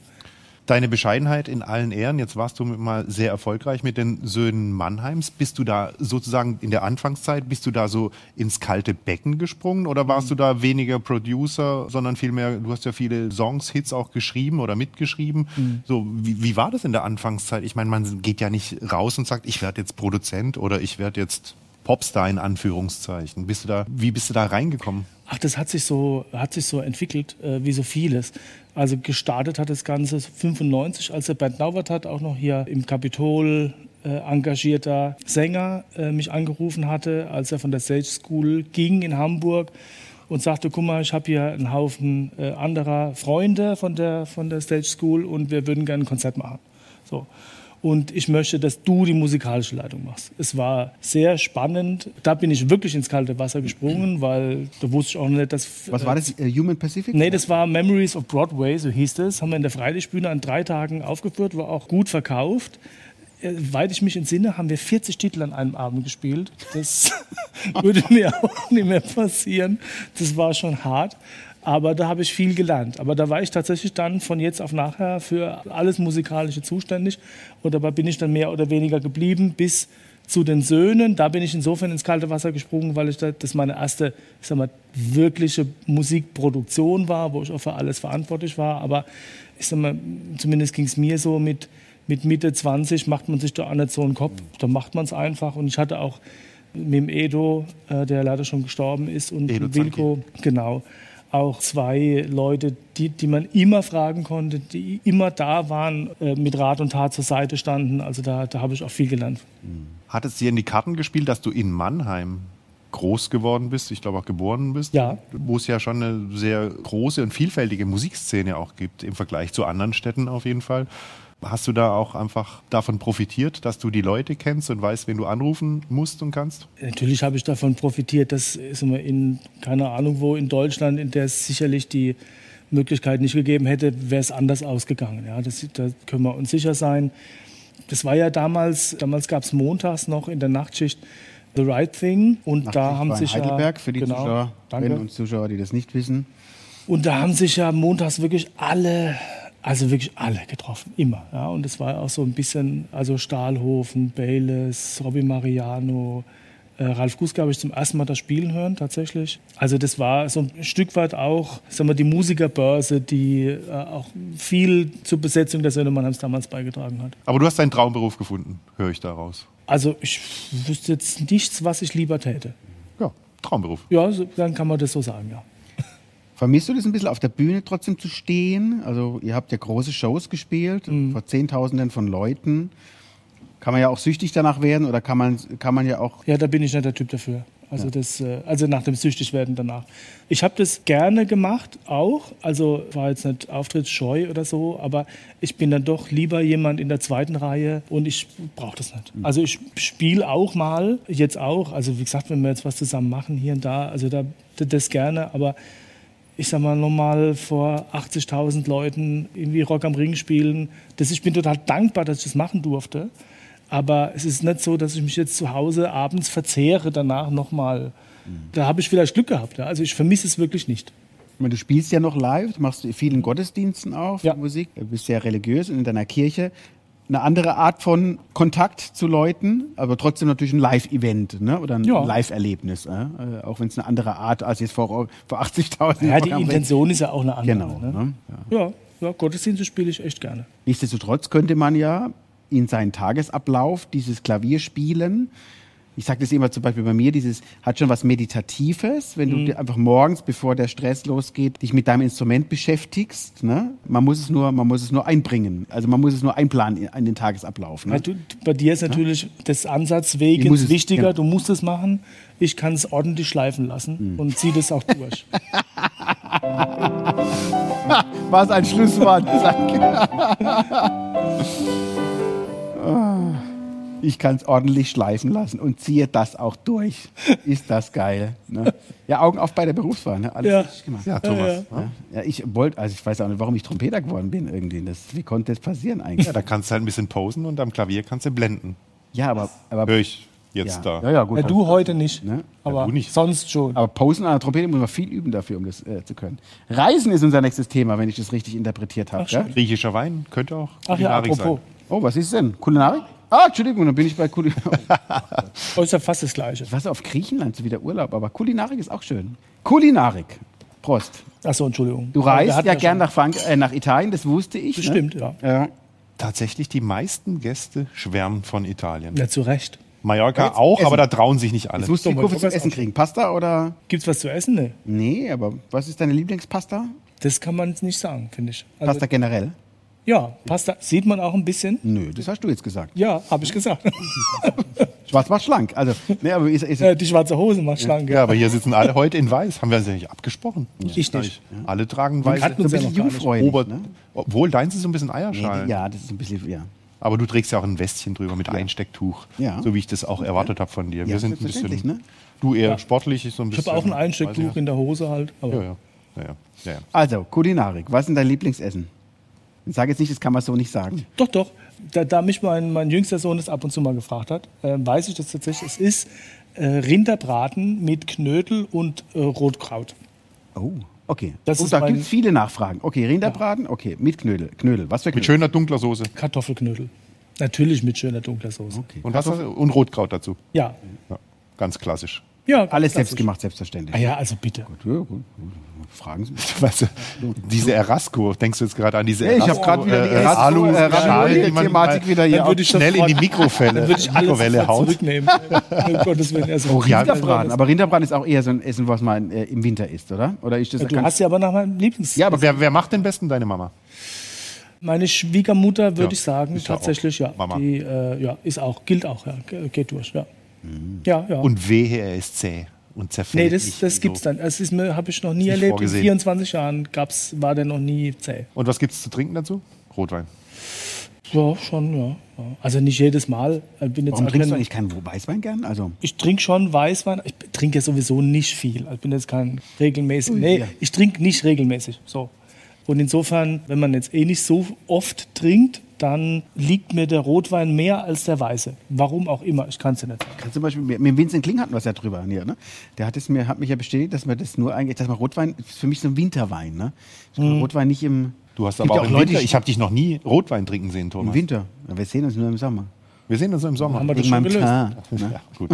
Speaker 3: Deine Bescheidenheit in allen Ehren, jetzt warst du mal sehr erfolgreich mit den Söhnen Mannheims. Bist du da sozusagen in der Anfangszeit, bist du da so ins kalte Becken gesprungen oder warst du da weniger Producer, sondern vielmehr, du hast ja viele Songs, Hits auch geschrieben oder mitgeschrieben. So, wie, wie war das in der Anfangszeit? Ich meine, man geht ja nicht raus und sagt, ich werde jetzt Produzent oder ich werde jetzt Popstar in Anführungszeichen. Bist du da, wie bist du da reingekommen?
Speaker 4: Ach, das hat sich so, hat sich so entwickelt, äh, wie so vieles. Also gestartet hat das Ganze 95, als der Bernd Naubert hat, auch noch hier im Kapitol äh, engagierter Sänger, äh, mich angerufen hatte, als er von der Sage School ging in Hamburg und sagte, guck mal, ich habe hier einen Haufen äh, anderer Freunde von der, von der Stage School und wir würden gerne ein Konzert machen. So. Und ich möchte, dass du die musikalische Leitung machst. Es war sehr spannend. Da bin ich wirklich ins kalte Wasser gesprungen, weil da wusste ich auch nicht, dass.
Speaker 2: Was war das? Äh, Human Pacific?
Speaker 4: Nee, das war Memories of Broadway, so hieß das. Haben wir in der Freilichtbühne an drei Tagen aufgeführt, war auch gut verkauft. Äh, Weit ich mich entsinne, haben wir 40 Titel an einem Abend gespielt. Das würde mir auch nicht mehr passieren. Das war schon hart. Aber da habe ich viel gelernt. Aber da war ich tatsächlich dann von jetzt auf nachher für alles Musikalische zuständig. Und dabei bin ich dann mehr oder weniger geblieben bis zu den Söhnen. Da bin ich insofern ins kalte Wasser gesprungen, weil ich da, das meine erste, ich sag mal, wirkliche Musikproduktion war, wo ich auch für alles verantwortlich war. Aber ich sag mal, zumindest ging es mir so mit, mit Mitte 20 macht man sich da auch nicht so einen Kopf. Da macht man es einfach. Und ich hatte auch mit dem Edo, äh, der leider schon gestorben ist, und
Speaker 3: Edo
Speaker 4: mit Wilko, genau, auch zwei Leute, die, die man immer fragen konnte, die immer da waren, äh, mit Rat und Tat zur Seite standen. Also da, da habe ich auch viel gelernt.
Speaker 3: Hat es dir in die Karten gespielt, dass du in Mannheim groß geworden bist, ich glaube auch geboren bist,
Speaker 4: Ja.
Speaker 3: wo es ja schon eine sehr große und vielfältige Musikszene auch gibt, im Vergleich zu anderen Städten auf jeden Fall. Hast du da auch einfach davon profitiert, dass du die Leute kennst und weißt, wen du anrufen musst und kannst?
Speaker 4: Natürlich habe ich davon profitiert, dass ist immer in keine Ahnung wo in Deutschland, in der es sicherlich die Möglichkeit nicht gegeben hätte, wäre es anders ausgegangen. Ja, das, da können wir uns sicher sein. Das war ja damals, damals gab es montags noch in der Nachtschicht The Right Thing und
Speaker 2: Nachtschicht
Speaker 4: da haben
Speaker 2: war in
Speaker 4: sich
Speaker 2: Heidelberg
Speaker 4: ja,
Speaker 2: für die
Speaker 4: genau,
Speaker 2: Zuschauer,
Speaker 4: danke.
Speaker 2: Wenn und Zuschauer, die das nicht wissen.
Speaker 4: Und da haben sich ja montags wirklich alle, also wirklich alle getroffen, immer. Ja. Und es war auch so ein bisschen, also Stahlhofen, Bayless, Robbie Mariano, äh, Ralf Guska habe ich zum ersten Mal das Spielen hören, tatsächlich. Also das war so ein Stück weit auch, sagen wir, die Musikerbörse, die äh, auch viel zur Besetzung der Söhnemannheims damals beigetragen hat.
Speaker 3: Aber du hast deinen Traumberuf gefunden, höre ich daraus.
Speaker 4: Also ich wüsste jetzt nichts, was ich lieber täte.
Speaker 3: Ja, Traumberuf.
Speaker 4: Ja, so, dann kann man das so sagen, ja.
Speaker 2: Vermisst du das ein bisschen auf der Bühne trotzdem zu stehen? Also ihr habt ja große Shows gespielt
Speaker 4: Mhm.
Speaker 2: vor Zehntausenden von Leuten. Kann man ja auch süchtig danach werden oder kann man, kann man ja auch
Speaker 4: Ja, da bin ich nicht der Typ dafür. Also, das, äh, also nach dem Süchtigwerden danach. Ich habe das gerne gemacht, auch. Also war jetzt nicht auftrittsscheu oder so, aber ich bin dann doch lieber jemand in der zweiten Reihe und ich brauche das nicht. Also ich spiele auch mal, jetzt auch. Also wie gesagt, wenn wir jetzt was zusammen machen hier und da, also da d- das gerne, aber ich sag mal nochmal vor 80.000 Leuten irgendwie Rock am Ring spielen. Das, ich bin total dankbar, dass ich das machen durfte. Aber es ist nicht so, dass ich mich jetzt zu Hause abends verzehre danach nochmal.
Speaker 2: Mhm.
Speaker 4: Da habe ich vielleicht Glück gehabt. Ja. Also ich vermisse es wirklich nicht.
Speaker 2: Ich meine, Du spielst ja noch live, du machst in vielen Gottesdiensten auf
Speaker 4: Ja.
Speaker 2: Musik, du bist sehr religiös und in deiner Kirche. Eine andere Art von Kontakt zu Leuten, aber trotzdem natürlich ein Live-Event ne? oder ein
Speaker 4: Ja.
Speaker 2: Live-Erlebnis. Ne? Äh, auch wenn es eine andere Art als jetzt vor, vor 80.000
Speaker 4: Ja, die
Speaker 2: Jahren.
Speaker 4: Intention ist ja auch eine andere.
Speaker 2: Genau.
Speaker 4: Ne?
Speaker 2: Ne? Ja.
Speaker 4: Ja, ja, Gottesdienste spiele ich echt gerne.
Speaker 2: Nichtsdestotrotz könnte man ja in seinen Tagesablauf dieses Klavierspielen, ich sage das immer zum Beispiel bei mir, dieses hat schon was Meditatives, wenn du dir einfach morgens, bevor der Stress losgeht, dich mit deinem Instrument beschäftigst. Ne? Man muss es nur, man muss es nur einbringen, also man muss es nur einplanen in, in den Tagesablauf.
Speaker 4: Ja,
Speaker 2: Ne?
Speaker 4: du, du- Also, bei dir ist natürlich des Ansatz
Speaker 2: Ich
Speaker 4: wegen
Speaker 2: muss es- genau.
Speaker 4: wichtiger, du musst es machen. Ich kann es ordentlich schleifen lassen
Speaker 2: Mhm.
Speaker 4: und ziehe das auch durch.
Speaker 2: Was ein Schlusswort. Ah, Ich kann es ordentlich schleifen lassen und ziehe das auch durch. Ist das geil. Ne? Ja, Augen auf bei der Berufswahl. Ne? Alles
Speaker 4: Ja.
Speaker 2: richtig gemacht.
Speaker 3: Ja, Thomas. ne?
Speaker 2: Ja, ja, ich wollte, also ich weiß auch nicht, warum ich Trompeter geworden bin irgendwie. Das, wie konnte das passieren eigentlich?
Speaker 3: Ja, da kannst du halt ein bisschen posen und am Klavier kannst du blenden.
Speaker 2: Ja, aber, aber
Speaker 3: Höre ich jetzt
Speaker 2: ja.
Speaker 3: da.
Speaker 2: Ja, ja, gut.
Speaker 4: Ja, Äh, du heute nicht,
Speaker 2: Ne?
Speaker 4: aber
Speaker 3: du nicht.
Speaker 4: sonst schon.
Speaker 2: Aber Posen an der Trompete muss man viel üben dafür, um das äh, zu können. Reisen ist unser nächstes Thema, wenn ich das richtig interpretiert habe. gell?
Speaker 3: Griechischer Wein könnte auch
Speaker 4: Ach ja,
Speaker 3: Kulinarik
Speaker 4: apropos.
Speaker 2: Oh, was ist denn? Kulinarik? Ah, Entschuldigung, dann bin ich bei Kulinarik.
Speaker 4: Oh, ist ja fast das Gleiche.
Speaker 2: Was auf Griechenland so wieder Urlaub, aber Kulinarik ist auch schön. Kulinarik. Prost.
Speaker 4: Achso, Entschuldigung.
Speaker 2: Du
Speaker 4: Aber wir
Speaker 2: reist
Speaker 4: hatten
Speaker 2: ja, gern
Speaker 4: schon-
Speaker 2: nach, Frank äh, nach Italien, das wusste ich.
Speaker 4: Das
Speaker 2: ne?
Speaker 4: stimmt, ja.
Speaker 2: Ja.
Speaker 3: Tatsächlich, die meisten Gäste schwärmen von Italien.
Speaker 4: Ja, zu Recht.
Speaker 3: Mallorca
Speaker 2: Jetzt
Speaker 3: auch,
Speaker 2: Essen.
Speaker 3: aber da trauen sich nicht alle.
Speaker 2: Jetzt musst du
Speaker 4: Doch,
Speaker 2: die
Speaker 4: mein
Speaker 2: Kurve zum
Speaker 4: Fokus
Speaker 2: Essen
Speaker 4: auf-
Speaker 2: kriegen. Pasta oder?
Speaker 4: Gibt's was zu essen? Ne?
Speaker 2: Nee, aber was ist deine Lieblingspasta?
Speaker 4: Das kann man nicht sagen, finde ich. Also,
Speaker 2: Pasta generell?
Speaker 4: Ja, Pasta sieht man auch ein bisschen.
Speaker 2: Nö, das hast du jetzt gesagt.
Speaker 4: Ja, habe ich gesagt.
Speaker 2: Schwarz macht schlank. Also, nee, aber ist, ist,
Speaker 4: Äh, Die schwarze Hose macht schlank.
Speaker 3: Ja, aber hier sitzen alle heute in weiß. Haben wir uns ja nicht abgesprochen.
Speaker 4: Ich nicht.
Speaker 3: Alle tragen weiß.
Speaker 4: hatten
Speaker 2: so ein
Speaker 4: uns
Speaker 2: bisschen
Speaker 4: ja noch gar nicht.
Speaker 2: jungfräulich.
Speaker 3: Ober
Speaker 2: ne?
Speaker 3: Obwohl, deins ist so ein bisschen Eierschalen.
Speaker 2: Ja, das ist ein bisschen, ja.
Speaker 3: Aber du trägst ja auch ein Westchen drüber mit Einstecktuch.
Speaker 2: Ja.
Speaker 3: So wie ich das auch erwartet habe von dir.
Speaker 2: Ja,
Speaker 3: wir sind ein
Speaker 2: selbstverständlich,
Speaker 3: bisschen.
Speaker 2: ne?
Speaker 3: Du eher sportlich, ich so ein
Speaker 4: Ich
Speaker 3: bisschen.
Speaker 4: habe auch ein
Speaker 3: weiß
Speaker 4: Einstecktuch
Speaker 3: ich
Speaker 4: in der Hose halt.
Speaker 3: Ja,
Speaker 4: Aber
Speaker 3: ja. ja, ja. ja, ja.
Speaker 2: Also, Kulinarik. Was ist denn dein Lieblingsessen? Sag jetzt nicht, das kann man so nicht sagen.
Speaker 4: doch, doch. Da, da mich mein, mein jüngster Sohn das ab und zu mal gefragt hat, äh, weiß ich das tatsächlich. Es ist äh, Rinderbraten mit Knödel und äh, Rotkraut.
Speaker 2: Oh, okay.
Speaker 4: Das
Speaker 2: oh,
Speaker 4: ist
Speaker 2: da
Speaker 4: mein-
Speaker 2: gibt es viele Nachfragen. Okay, Rinderbraten, okay, mit Knödel. Knödel, was für
Speaker 3: Mit
Speaker 2: Knödel?
Speaker 3: schöner dunkler Soße.
Speaker 4: Kartoffelknödel. Natürlich mit schöner dunkler Soße.
Speaker 3: Und, was,
Speaker 2: Also
Speaker 3: und Rotkraut dazu.
Speaker 4: Ja.
Speaker 3: Ja. Ganz klassisch.
Speaker 4: ja.
Speaker 2: Alles
Speaker 4: klassisch.
Speaker 2: selbst gemacht,
Speaker 4: Ah
Speaker 2: selbstverständlich.
Speaker 4: ja, also bitte.
Speaker 2: Ja, gut. Fragen Sie mich.
Speaker 3: Weißt du, diese Erasco, denkst du jetzt gerade an diese
Speaker 2: Hey, ich hab grad wieder die Erasco, äh, Ravioli-
Speaker 3: Alu-Schale, die man
Speaker 2: Thematik
Speaker 3: mal
Speaker 2: wieder hier
Speaker 3: dann würde ich schnell in die Mikrofälle,
Speaker 4: Dann würde ich alles
Speaker 3: Mikrowelle
Speaker 4: sofort
Speaker 3: haut.
Speaker 4: zurücknehmen. um Gottes Willen. Also,
Speaker 2: Oh,
Speaker 3: Ja,
Speaker 2: Rinderbraten. Aber Rinderbraten ist auch eher so ein Essen, was man äh, im Winter isst, oder? Oder ist das
Speaker 4: Du hast ja aber nach meinem Lieblings.
Speaker 2: Ja, aber-
Speaker 3: Wer, wer macht den besten? Deine Mama.
Speaker 4: Meine Schwiegermutter, würde
Speaker 3: Ja,
Speaker 4: ich sagen,
Speaker 3: ist ja auch
Speaker 4: tatsächlich, ja.
Speaker 3: Mama.
Speaker 4: Die äh, ja, ist auch, gilt auch, ja. Ge- Geht durch, ja. Ja, ja.
Speaker 3: Hm. Und wehe, er ist zäh und zerfällt.
Speaker 4: nee, das,
Speaker 3: nicht
Speaker 4: das
Speaker 3: so.
Speaker 4: gibt's dann. Das ist mir, habe ich noch nie
Speaker 3: Nicht
Speaker 4: erlebt.
Speaker 3: vorgesehen.
Speaker 4: In 24 Jahren gab's, war der noch nie zäh.
Speaker 3: Und was gibt's zu trinken dazu? Rotwein.
Speaker 4: Ja, schon, ja. ja. Also nicht jedes Mal. Ich bin jetzt
Speaker 2: Warum trinkst
Speaker 4: auch kein-
Speaker 2: du eigentlich keinen Weißwein gern? Also,
Speaker 4: ich trinke schon Weißwein. Ich Also trinke ja sowieso nicht viel. Ich bin jetzt kein regelmäßig. Nee,
Speaker 2: ja.
Speaker 4: ich trinke nicht regelmäßig. So. Und insofern, wenn man jetzt eh nicht so oft trinkt, dann liegt mir der Rotwein mehr als der Weiße. Warum auch immer, ich kann es ja nicht. sagen.
Speaker 2: Kannst zum Beispiel, mit mit Vincent Kling hatten wir es ja drüber hier, ne? Der hat es mir, hat mich ja bestätigt, dass man das nur eigentlich, dass man Rotwein, das ist für mich so ein Winterwein, ne? Ich kann Rotwein nicht im.
Speaker 3: Du hast
Speaker 2: Gibt
Speaker 3: aber
Speaker 2: ja
Speaker 3: auch, im
Speaker 2: Leute,
Speaker 3: Winter,
Speaker 2: die-
Speaker 3: ich habe dich noch nie Rotwein trinken sehen,
Speaker 2: im
Speaker 3: Thomas.
Speaker 2: Winter. Ja, wir sehen uns nur im Sommer.
Speaker 3: Wir sehen uns im Sommer.
Speaker 4: Haben wir das
Speaker 2: In meinem
Speaker 4: schon gelöst?
Speaker 2: Teint.
Speaker 3: ja, gut.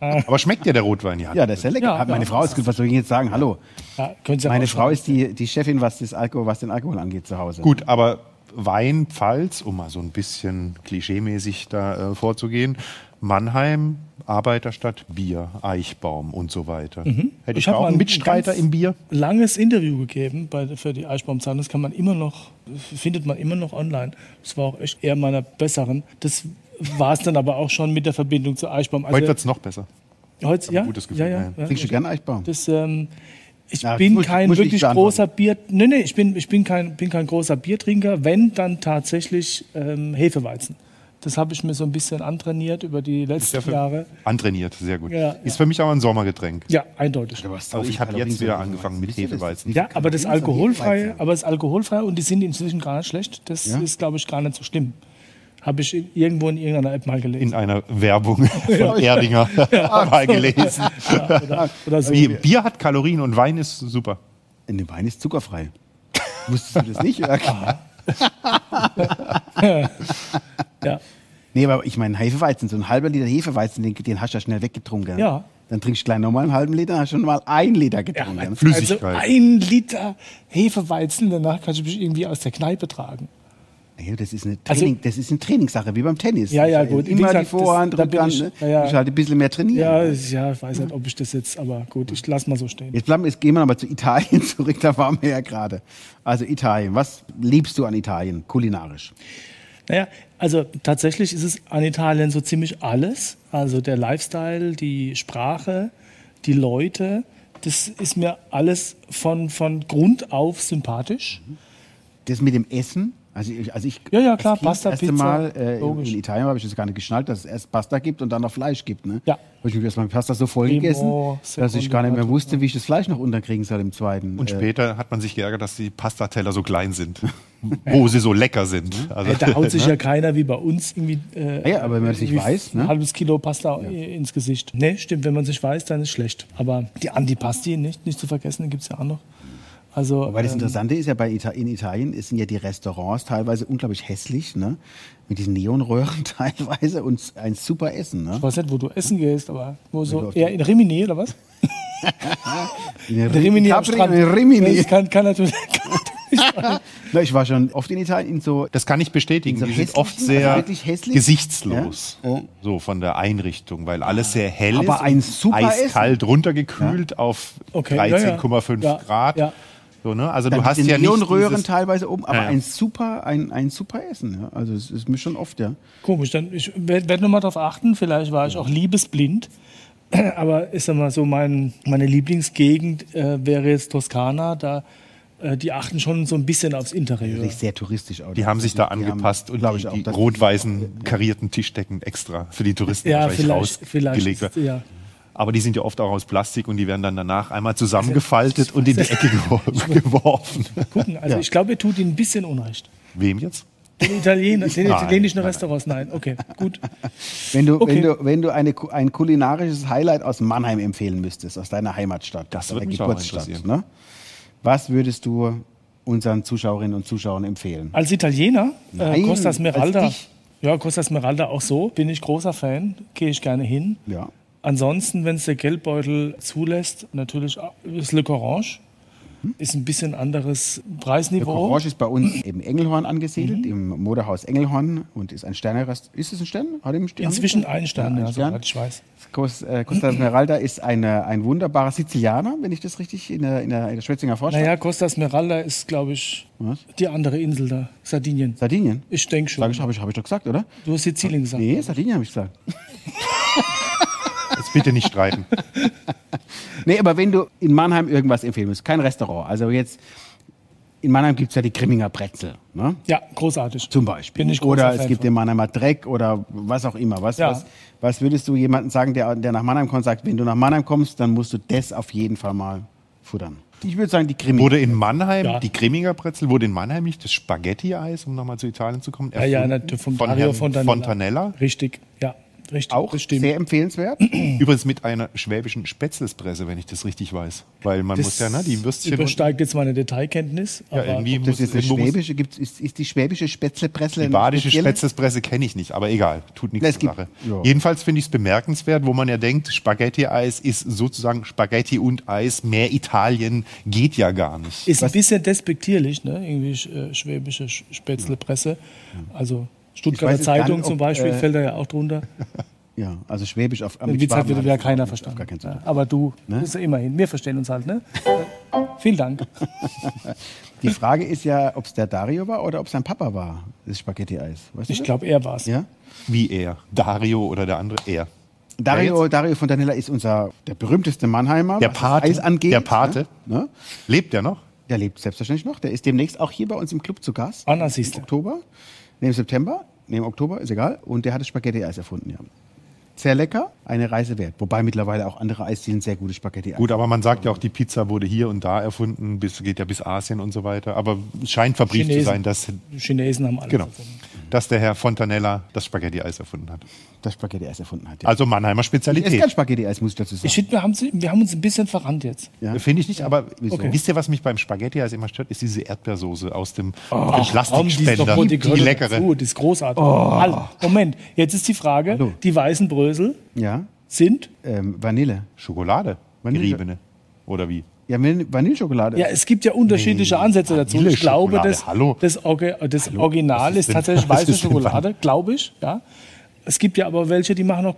Speaker 3: aber schmeckt dir der Rotwein, ja?
Speaker 2: Ja, das ist ja lecker.
Speaker 4: Ja,
Speaker 2: hat
Speaker 4: ja.
Speaker 2: meine Frau ist gut. Was soll ich jetzt sagen? Hallo.
Speaker 4: Ja, können Sie
Speaker 2: Meine
Speaker 4: auch
Speaker 2: Frau
Speaker 4: schreiben.
Speaker 2: ist die, die Chefin, was, das Alkohol, was den Alkohol angeht zu Hause.
Speaker 3: Gut, aber Wein, Pfalz, um mal so ein bisschen klischeemäßig da äh, vorzugehen. Mannheim, Arbeiterstadt, Bier, Eichbaum und so weiter. Hätte ich,
Speaker 4: Mhm.
Speaker 3: da
Speaker 4: hab
Speaker 3: auch einen
Speaker 4: ein
Speaker 3: Mitstreiter
Speaker 4: ganz
Speaker 3: im Bier?
Speaker 4: Langes Interview gegeben bei, für die Eichbaumzahlen. Das kann man immer noch, findet man immer noch online. Das war auch echt eher meiner besseren. Das war es dann aber auch schon mit der Verbindung zu Eichbaum. Also,
Speaker 3: Heute wird's noch besser.
Speaker 4: heute ja,
Speaker 3: gutes Gefühl,
Speaker 4: ja,
Speaker 3: ja.
Speaker 4: ja, ja.
Speaker 2: Trinkst du gerne Eichbaum?
Speaker 4: Das, ähm, ich
Speaker 2: Na,
Speaker 4: bin
Speaker 2: muss-
Speaker 4: kein
Speaker 2: muss ich
Speaker 4: wirklich
Speaker 2: beantworten.
Speaker 4: großer Bier. Nee, nee, ich bin, ich bin, kein, bin kein großer Biertrinker. Wenn, dann tatsächlich ähm, Hefeweizen. Das habe ich mir so ein bisschen antrainiert über die letzten
Speaker 3: Ja, für-
Speaker 4: Jahre.
Speaker 3: Antrainiert, sehr gut.
Speaker 4: Ja,
Speaker 3: ist für mich aber ein Sommergetränk.
Speaker 4: Ja, eindeutig.
Speaker 3: Also ich habe jetzt wieder angefangen mit Hefeweizen.
Speaker 4: Ja, aber das alkoholfreie,
Speaker 2: Aber
Speaker 4: aber das alkoholfreie und die sind inzwischen gar nicht schlecht. Das
Speaker 2: Ja?
Speaker 4: ist, glaube ich, gar nicht so schlimm. Habe ich irgendwo in irgendeiner App mal gelesen.
Speaker 3: In einer Werbung von Erdinger mal gelesen.
Speaker 4: Oder so.
Speaker 3: Bier, Bier hat Kalorien und Wein ist super.
Speaker 2: in dem Wein ist zuckerfrei. Wusstest du das nicht? Ja, klar.
Speaker 4: Ja.
Speaker 2: nee, aber ich meine Hefeweizen, so ein halber Liter Hefeweizen, den, den hast du ja schnell weggetrunken.
Speaker 4: Ja.
Speaker 2: Dann trinkst du gleich nochmal einen halben Liter, hast schon mal einen Liter
Speaker 4: Ja,
Speaker 2: getrunken.
Speaker 4: also
Speaker 3: Flüssigkeit.
Speaker 4: ein Liter Hefeweizen, danach kannst du mich irgendwie aus der Kneipe tragen.
Speaker 2: Ey, das, ist eine
Speaker 4: Also-
Speaker 2: Training, das ist eine Trainingssache, wie beim Tennis.
Speaker 4: Ja, ja,
Speaker 2: Das ist
Speaker 4: gut. Wie
Speaker 2: Immer
Speaker 4: gesagt,
Speaker 2: die Vorhand,
Speaker 4: das- da bin
Speaker 2: Rückhand,
Speaker 4: ich-
Speaker 2: ne?
Speaker 4: ja, ja.
Speaker 2: Musst halt ein bisschen mehr trainieren.
Speaker 4: Ja, ist- ja, ich weiß nicht, ob ich das jetzt, aber gut, ich lasse mal so stehen.
Speaker 2: Jetzt, bleiben, jetzt gehen wir nochmal zu Italien zurück, da waren wir ja gerade. Also Italien, was liebst du an Italien kulinarisch?
Speaker 4: Naja, also tatsächlich ist es an Italien so ziemlich alles. Also der Lifestyle, die Sprache, die Leute, das ist mir alles von, von Grund auf sympathisch.
Speaker 2: Das mit dem Essen? Also ich, also ich
Speaker 4: Ja, ja,
Speaker 2: als
Speaker 4: klar, Pasta,
Speaker 2: das erste
Speaker 4: Pizza,
Speaker 2: Mal äh, in,
Speaker 4: logisch.
Speaker 2: in Italien habe ich das gar nicht geschnallt, dass es erst Pasta gibt und dann noch Fleisch gibt. Ne?
Speaker 4: Ja.
Speaker 2: Habe ich mir erstmal Pasta so voll
Speaker 4: Primo,
Speaker 2: gegessen, dass ich
Speaker 4: Secondo,
Speaker 2: gar nicht mehr
Speaker 4: Natura.
Speaker 2: wusste, wie ich das Fleisch noch unterkriegen soll im zweiten.
Speaker 3: Und
Speaker 2: äh,
Speaker 3: später hat man sich geärgert, dass die Pastateller so klein sind, wo sie so lecker sind. Also,
Speaker 4: Äh, Da haut sich ja keiner wie bei uns irgendwie. Äh,
Speaker 2: Ah Ja, aber wenn man es nicht
Speaker 4: irgendwie
Speaker 2: weiß, ne?
Speaker 4: Ein halbes Kilo Pasta äh, ins Gesicht. Ne, stimmt, wenn man es nicht weiß, dann ist schlecht. Aber die Antipasti nicht, nicht zu vergessen, die gibt es ja auch noch. Also,
Speaker 2: Wobei das
Speaker 4: ähm,
Speaker 2: Interessante ist ja, bei Ita in Italien ist- sind ja die Restaurants teilweise unglaublich hässlich, ne? Mit diesen Neonröhren teilweise und ein super Essen, ne?
Speaker 4: ich weiß nicht, wo du essen gehst, aber wo so.
Speaker 2: auf die-
Speaker 4: Eher in Rimini oder was?
Speaker 2: In
Speaker 4: Der Rimini am
Speaker 2: Capri
Speaker 4: Strand.
Speaker 2: und Rimini.
Speaker 4: Das kann, kann natürlich.
Speaker 2: Na, ich war schon oft in Italien in so
Speaker 3: das kann ich bestätigen.
Speaker 2: So
Speaker 3: die sind
Speaker 2: hässlichen,
Speaker 3: oft sehr
Speaker 2: also wirklich hässlich?
Speaker 3: gesichtslos,
Speaker 2: Ja. Ja.
Speaker 3: so von der Einrichtung, weil alles sehr hell
Speaker 2: Aber
Speaker 3: ist,
Speaker 2: ein
Speaker 3: und
Speaker 2: super
Speaker 3: eiskalt runtergekühlt auf
Speaker 4: Okay, ja, ja.
Speaker 3: 13,5
Speaker 4: Ja,
Speaker 3: Grad.
Speaker 4: ja.
Speaker 3: So, ne? Also
Speaker 2: Dann
Speaker 3: du hast
Speaker 2: diese
Speaker 3: ja nicht
Speaker 2: Neonröhren
Speaker 3: dieses-
Speaker 2: teilweise oben, aber
Speaker 3: Ja, ja.
Speaker 2: ein super, ein, ein super Essen. Ja. Also es ist mir schon oft, ja.
Speaker 4: Komisch, dann ich werde werd nochmal darauf achten, vielleicht war ich auch liebesblind. Aber ist mal so, mein, meine Lieblingsgegend äh, wäre jetzt Toskana. Da, äh, die achten schon so ein bisschen aufs Interieur.
Speaker 2: Wirklich sehr touristisch auch.
Speaker 3: Die haben sich da
Speaker 2: Die
Speaker 3: angepasst
Speaker 2: haben,
Speaker 3: und
Speaker 2: glaub
Speaker 3: die,
Speaker 2: ich auch,
Speaker 3: die
Speaker 2: dass-
Speaker 3: rot-weißen karierten Tischdecken extra für die Touristen
Speaker 4: Ja,
Speaker 3: wahrscheinlich
Speaker 4: vielleicht- vielleicht
Speaker 3: rausgelegt.
Speaker 4: ist- ja.
Speaker 3: Aber die sind ja oft auch aus Plastik und die werden dann danach einmal zusammengefaltet und in die Ecke gewor- geworfen.
Speaker 4: Gucken, also ich glaube, ihr tut ihnen ein bisschen Unrecht.
Speaker 3: Wem jetzt?
Speaker 4: Den Italiener, den
Speaker 3: Nein,
Speaker 4: italienischen
Speaker 3: nein,
Speaker 4: Restaurants, nein. Okay, gut.
Speaker 2: Wenn du,
Speaker 4: Okay.
Speaker 2: wenn du, wenn du eine, ku- ein kulinarisches Highlight aus Mannheim empfehlen müsstest, aus deiner Heimatstadt,
Speaker 3: Das
Speaker 2: aus
Speaker 3: würde
Speaker 2: deiner
Speaker 3: mich auch
Speaker 2: Geburtsstadt,
Speaker 3: interessieren.
Speaker 2: ne? was würdest du unseren Zuschauerinnen und Zuschauern empfehlen?
Speaker 4: Als Italiener, äh,
Speaker 2: Nein,
Speaker 4: Costa
Speaker 2: als
Speaker 4: Smeralda.
Speaker 2: dich.
Speaker 4: Ja, Costa Smeralda auch so. Bin ich großer Fan, gehe ich gerne hin.
Speaker 3: Also
Speaker 2: Ja.
Speaker 4: Ansonsten, wenn es der Geldbeutel zulässt, natürlich ist Le Corange.
Speaker 3: Hm?
Speaker 4: Ist ein bisschen anderes
Speaker 2: Der
Speaker 4: Preisniveau.
Speaker 2: Orange ist bei uns im Engelhorn angesiedelt,
Speaker 4: Mhm.
Speaker 2: im Modehaus Engelhorn und ist ein Sternerest. Ist es ein Stern? Hat ihm Stern
Speaker 4: Inzwischen
Speaker 2: gesagt?
Speaker 4: ein Stern, ja, soweit ich weiß.
Speaker 2: Cos- äh, Costa Smeralda ist eine, ein wunderbarer Sizilianer, wenn ich das richtig in der, in der, in der Schwetzinger Vorstadt.
Speaker 4: Naja, Costa Smeralda ist, glaube ich, die andere Insel da, Sardinien.
Speaker 2: Sardinien?
Speaker 4: Ich denke schon.
Speaker 2: Sag ich, habe ich, hab ich doch gesagt, oder?
Speaker 4: Du hast Sizilien gesagt.
Speaker 2: Nee, Sardinien habe ich gesagt.
Speaker 3: Jetzt bitte nicht streiten.
Speaker 2: Nee, aber wenn du in Mannheim irgendwas empfehlen musst, kein Restaurant. Also jetzt, in Mannheim gibt es ja die Grimminger Brezel, ne?
Speaker 4: Ja, großartig.
Speaker 2: Zum Beispiel.
Speaker 4: Bin ich großer
Speaker 2: oder
Speaker 4: Fan
Speaker 2: es gibt
Speaker 4: von.
Speaker 2: den Mannheimer Dreck oder was auch immer. Was,
Speaker 4: Ja.
Speaker 2: was, was würdest du jemandem sagen, der, der nach Mannheim kommt, sagt, wenn du nach Mannheim kommst, dann musst du das auf jeden Fall mal futtern. Ich würde sagen, die Krimi.
Speaker 3: Wurde in Mannheim,
Speaker 4: Ja.
Speaker 3: die Grimminger Brezel, wurde in Mannheim nicht das Spaghetti-Eis, um nochmal zu Italien zu kommen,
Speaker 4: Ja, ja,
Speaker 3: erfunden
Speaker 4: natürlich vom
Speaker 3: von
Speaker 4: Dario
Speaker 3: Herrn
Speaker 4: Fontanella.
Speaker 3: Fontanella.
Speaker 4: Richtig, ja. Richtig,
Speaker 2: Auch
Speaker 4: das stimmt.
Speaker 2: sehr empfehlenswert.
Speaker 3: Übrigens mit einer schwäbischen Spätzlespresse, wenn ich das richtig weiß. Weil man
Speaker 2: Das
Speaker 3: muss ja, ne, die Würstchen...
Speaker 4: Übersteigt jetzt meine Detailkenntnis.
Speaker 3: ja, irgendwie
Speaker 2: Das
Speaker 3: muss,
Speaker 2: ist, eine
Speaker 3: irgendwo muss
Speaker 2: schwäbische, gibt's, ist, ist die schwäbische Spätzlepressle.
Speaker 3: Die
Speaker 2: eine
Speaker 3: badische
Speaker 2: spezielle?
Speaker 3: Spätzlespresse kenne ich nicht, aber egal, tut nichts
Speaker 2: Es
Speaker 3: zur
Speaker 2: gibt-
Speaker 3: Sache.
Speaker 2: ja.
Speaker 3: Jedenfalls finde ich es bemerkenswert, wo man ja denkt, Spaghetti-Eis ist sozusagen Spaghetti und Eis, mehr Italien geht ja gar nicht.
Speaker 4: Ist ein bisschen despektierlich, ne? Irgendwie äh, schwäbische Sch- Spätzlepresse. Also
Speaker 2: Ich
Speaker 4: Stuttgarter
Speaker 2: weiß jetzt gar
Speaker 4: Zeitung
Speaker 2: nicht, ob,
Speaker 4: zum Beispiel
Speaker 2: äh,
Speaker 4: fällt da ja auch drunter.
Speaker 2: Ja, also schwäbisch auf
Speaker 4: Den Witz hat wieder
Speaker 2: Schwaben-
Speaker 4: keiner
Speaker 2: auf
Speaker 4: verstanden.
Speaker 2: gar keinen Fall.
Speaker 4: ja, aber du,
Speaker 2: Ne?
Speaker 4: ist ja immerhin. Wir verstehen uns halt, ne? Äh, Vielen Dank.
Speaker 2: Die Frage ist ja, ob es der Dario war oder ob es sein Papa war, das Spaghetti-Eis. Weißt du
Speaker 4: Ich
Speaker 2: das?
Speaker 4: glaube, er war es.
Speaker 2: Ja?
Speaker 3: Wie er, Dario oder der andere, er.
Speaker 2: Dario, Dario Fontanella ist unser, der berühmteste Mannheimer,
Speaker 3: Der
Speaker 2: was das
Speaker 3: Pate.
Speaker 2: Eis angeht.
Speaker 3: Der Pate.
Speaker 2: Ne? Ne?
Speaker 3: Lebt er noch?
Speaker 2: Der lebt selbstverständlich noch. Der ist demnächst auch hier bei uns im Club zu Gast.
Speaker 4: Anna siehst
Speaker 2: Im
Speaker 4: du.
Speaker 2: Oktober. Ne, im September. Ne, im Oktober, ist egal. Und der hat das Spaghetti-Eis erfunden, ja. Sehr lecker, eine Reise wert. Wobei mittlerweile auch andere Eisdielen sehr gute Spaghetti-Eis
Speaker 3: Gut, aber man sagt ja auch, die Pizza wurde hier und da erfunden, bis, geht ja bis Asien und so weiter. Aber es scheint verbrieft zu
Speaker 4: Chinesen.
Speaker 3: sein, dass,
Speaker 4: Die Chinesen haben alles.
Speaker 3: genau,
Speaker 4: erfunden.
Speaker 3: dass der Herr Fontanella das Spaghetti-Eis erfunden hat.
Speaker 2: das Spaghetti-Eis erfunden hat. Ja.
Speaker 3: Also Mannheimer
Speaker 2: ist kein
Speaker 3: Spezialität.
Speaker 2: Spaghetti-Eis, muss ich dazu sagen.
Speaker 4: Ich finde, wir, haben sie- wir haben uns ein bisschen verrannt jetzt.
Speaker 2: Ja.
Speaker 3: Äh, Finde ich nicht, aber
Speaker 2: Okay.
Speaker 3: wisst ihr, was mich beim Spaghetti-Eis immer stört? Ist diese Erdbeersoße aus dem, aus dem
Speaker 4: komm, Oh, die ist
Speaker 3: Plastikspender.
Speaker 4: doch wohl-
Speaker 3: Die,
Speaker 4: gehört
Speaker 3: leckere.
Speaker 4: dazu, die ist großartig. Hallo. Moment, jetzt ist die Frage,
Speaker 2: Oh. Hallo.
Speaker 4: die weißen Brösel
Speaker 2: Ja,
Speaker 4: sind
Speaker 2: ähm, Vanille.
Speaker 3: Schokolade.
Speaker 2: Vanille.
Speaker 3: Geriebene. Oder wie?
Speaker 2: Ja, Vanille- Vanilleschokolade.
Speaker 4: Ja, es gibt ja unterschiedliche Ansätze dazu. Ich glaube,
Speaker 3: Vanilleschokolade,
Speaker 4: das,
Speaker 3: hallo.
Speaker 4: das, Orgi- das Original
Speaker 3: was ist
Speaker 4: ist,
Speaker 3: denn-
Speaker 4: tatsächlich
Speaker 3: was
Speaker 4: weiße
Speaker 3: ist denn
Speaker 4: Schokolade, glaube ich. Ja. Es gibt ja aber welche, die machen noch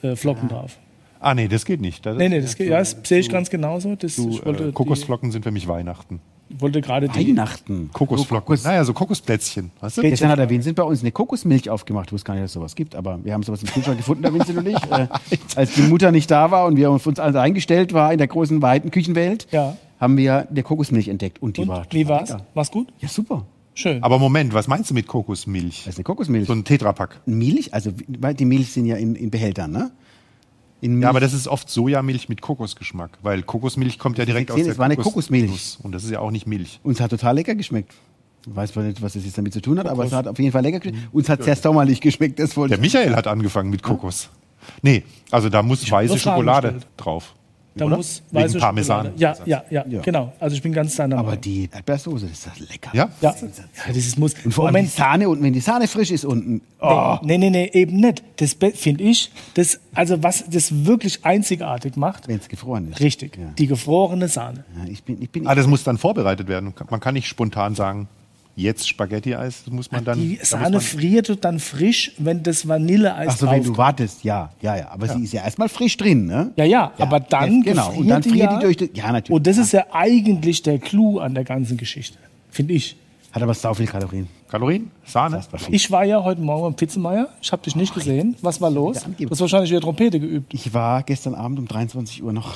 Speaker 4: Kokosflocken drauf.
Speaker 3: Ah, nee, das geht nicht. Das,
Speaker 4: Nee, nee, das, geht- ja, das sehe ich ganz genauso. Das,
Speaker 3: du,
Speaker 4: ich wollte,
Speaker 3: äh, Kokosflocken sind für mich Weihnachten.
Speaker 4: die, wollte gerade die.
Speaker 2: Weihnachten.
Speaker 3: Kokosflocken. Naja, so Kokosplätzchen. Weißt du?
Speaker 2: Gestern hat er Vincent bei uns eine Kokosmilch aufgemacht. Ich wusste gar nicht, dass es sowas gibt, aber wir haben sowas im Kühlschrank gefunden, der Vincent und ich. Äh, als die Mutter nicht da war und wir auf uns alle eingestellt war in der großen, weiten Küchenwelt,
Speaker 4: Ja.
Speaker 2: haben wir eine Kokosmilch entdeckt. Und die
Speaker 4: Und,
Speaker 2: war
Speaker 4: wie
Speaker 2: total
Speaker 4: war's?
Speaker 2: lecker.
Speaker 4: War's gut?
Speaker 2: Ja, super.
Speaker 4: Schön.
Speaker 3: Aber Moment, was meinst du mit Kokosmilch?
Speaker 2: Das ist eine Kokosmilch.
Speaker 3: So ein Tetrapack.
Speaker 2: Milch, also wie- weil die Milch sind ja in, in Behältern, ne? In Milch.
Speaker 3: Ja, aber das ist oft Sojamilch mit Kokosgeschmack, weil Kokosmilch kommt ja direkt aus
Speaker 2: gesehen,
Speaker 3: der
Speaker 2: es war eine Kokosmilch.
Speaker 3: Kokosnuss. Und das ist ja auch nicht Milch.
Speaker 2: Uns hat total lecker geschmeckt. Weiß man nicht, was das jetzt damit zu tun hat, aber es hat auf jeden Fall lecker geschmeckt. Uns hat sehr sauerlich geschmeckt, das wollte
Speaker 3: Der Michael hat angefangen mit
Speaker 2: Hm?
Speaker 3: Kokos. Nee, also da muss weiße
Speaker 4: nur Fragen
Speaker 3: Schokolade
Speaker 4: gestellt.
Speaker 3: drauf.
Speaker 4: da
Speaker 3: oder?
Speaker 4: muss
Speaker 3: Wegen
Speaker 4: weiße
Speaker 3: Parmesan.
Speaker 4: Schokolade- Ja, ja, ja,
Speaker 2: Ja.
Speaker 4: genau. Also ich bin ganz deiner
Speaker 2: Aber
Speaker 4: Meinung.
Speaker 2: die Erdbeersoße, das ist doch lecker.
Speaker 3: Ja?
Speaker 4: Ja. ja, das ist muss.
Speaker 2: Und vor allem die Sahne unten, wenn die Sahne frisch ist unten. Oh.
Speaker 4: Nee, nee, nee, eben nicht. Das be- finde ich, das, also was das wirklich einzigartig macht,
Speaker 2: Wenn es gefroren ist.
Speaker 4: richtig,
Speaker 2: Ja.
Speaker 4: die gefrorene Sahne.
Speaker 2: Ja, ich bin, ich bin
Speaker 3: Ah, das muss dann vorbereitet werden. Man kann nicht spontan sagen, jetzt Spaghetti-Eis, das muss man dann.
Speaker 4: Die
Speaker 3: da muss
Speaker 4: Sahne
Speaker 3: man-
Speaker 4: friert dann frisch, wenn das Vanilleeis
Speaker 2: Ach so,
Speaker 4: drauf
Speaker 2: wenn du wartest, ja, ja, ja. Aber sie ist ja erstmal frisch drin, ne?
Speaker 4: Ja, ja, aber dann
Speaker 2: genau. Und dann friert die durch. die- Ja, natürlich.
Speaker 4: Und das ist ja eigentlich der Clou an der ganzen Geschichte, finde ich.
Speaker 2: Hat aber sau viel Kalorien.
Speaker 3: Kalorien? Sahne?
Speaker 4: Ich war ja heute Morgen beim Pizzenmeier, ich habe dich nicht gesehen. Was war los?
Speaker 2: wieder
Speaker 4: Du
Speaker 2: angeben.
Speaker 4: hast wahrscheinlich wieder Trompete geübt.
Speaker 2: Ich war gestern Abend um 23 Uhr noch.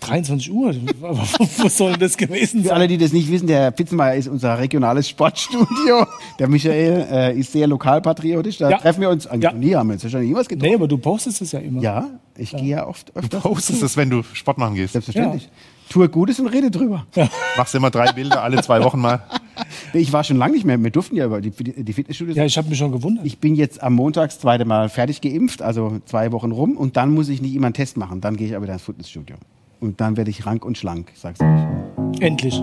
Speaker 4: 23 Uhr, was soll denn das gewesen
Speaker 2: Für
Speaker 4: sein?
Speaker 2: alle, die das nicht wissen, der Pizzenmeier ist unser regionales Sportstudio. Der Michael äh, ist sehr lokalpatriotisch. Da
Speaker 4: Ja.
Speaker 2: treffen wir uns. Eigentlich
Speaker 4: Ja.
Speaker 2: nie haben wir uns wahrscheinlich nie was getroffen.
Speaker 4: Nee, aber du postest es ja immer.
Speaker 2: Ja, ich gehe ja oft öfter.
Speaker 3: Postest es, wenn du Sport machen gehst.
Speaker 2: Selbstverständlich. Tue Gutes und rede drüber.
Speaker 3: Machst immer drei Bilder alle zwei Wochen mal.
Speaker 2: Ich war schon lange nicht mehr. Wir durften ja über die, die Fitnessstudios.
Speaker 4: ja ich habe mich schon gewundert.
Speaker 2: Ich bin jetzt am Montag das zweite Mal fertig geimpft, also zwei Wochen rum. Und dann muss ich nicht immer einen Test machen. Dann gehe ich aber wieder ins Fitnessstudio. Und dann werde ich rank und schlank, sag's euch.
Speaker 4: Endlich.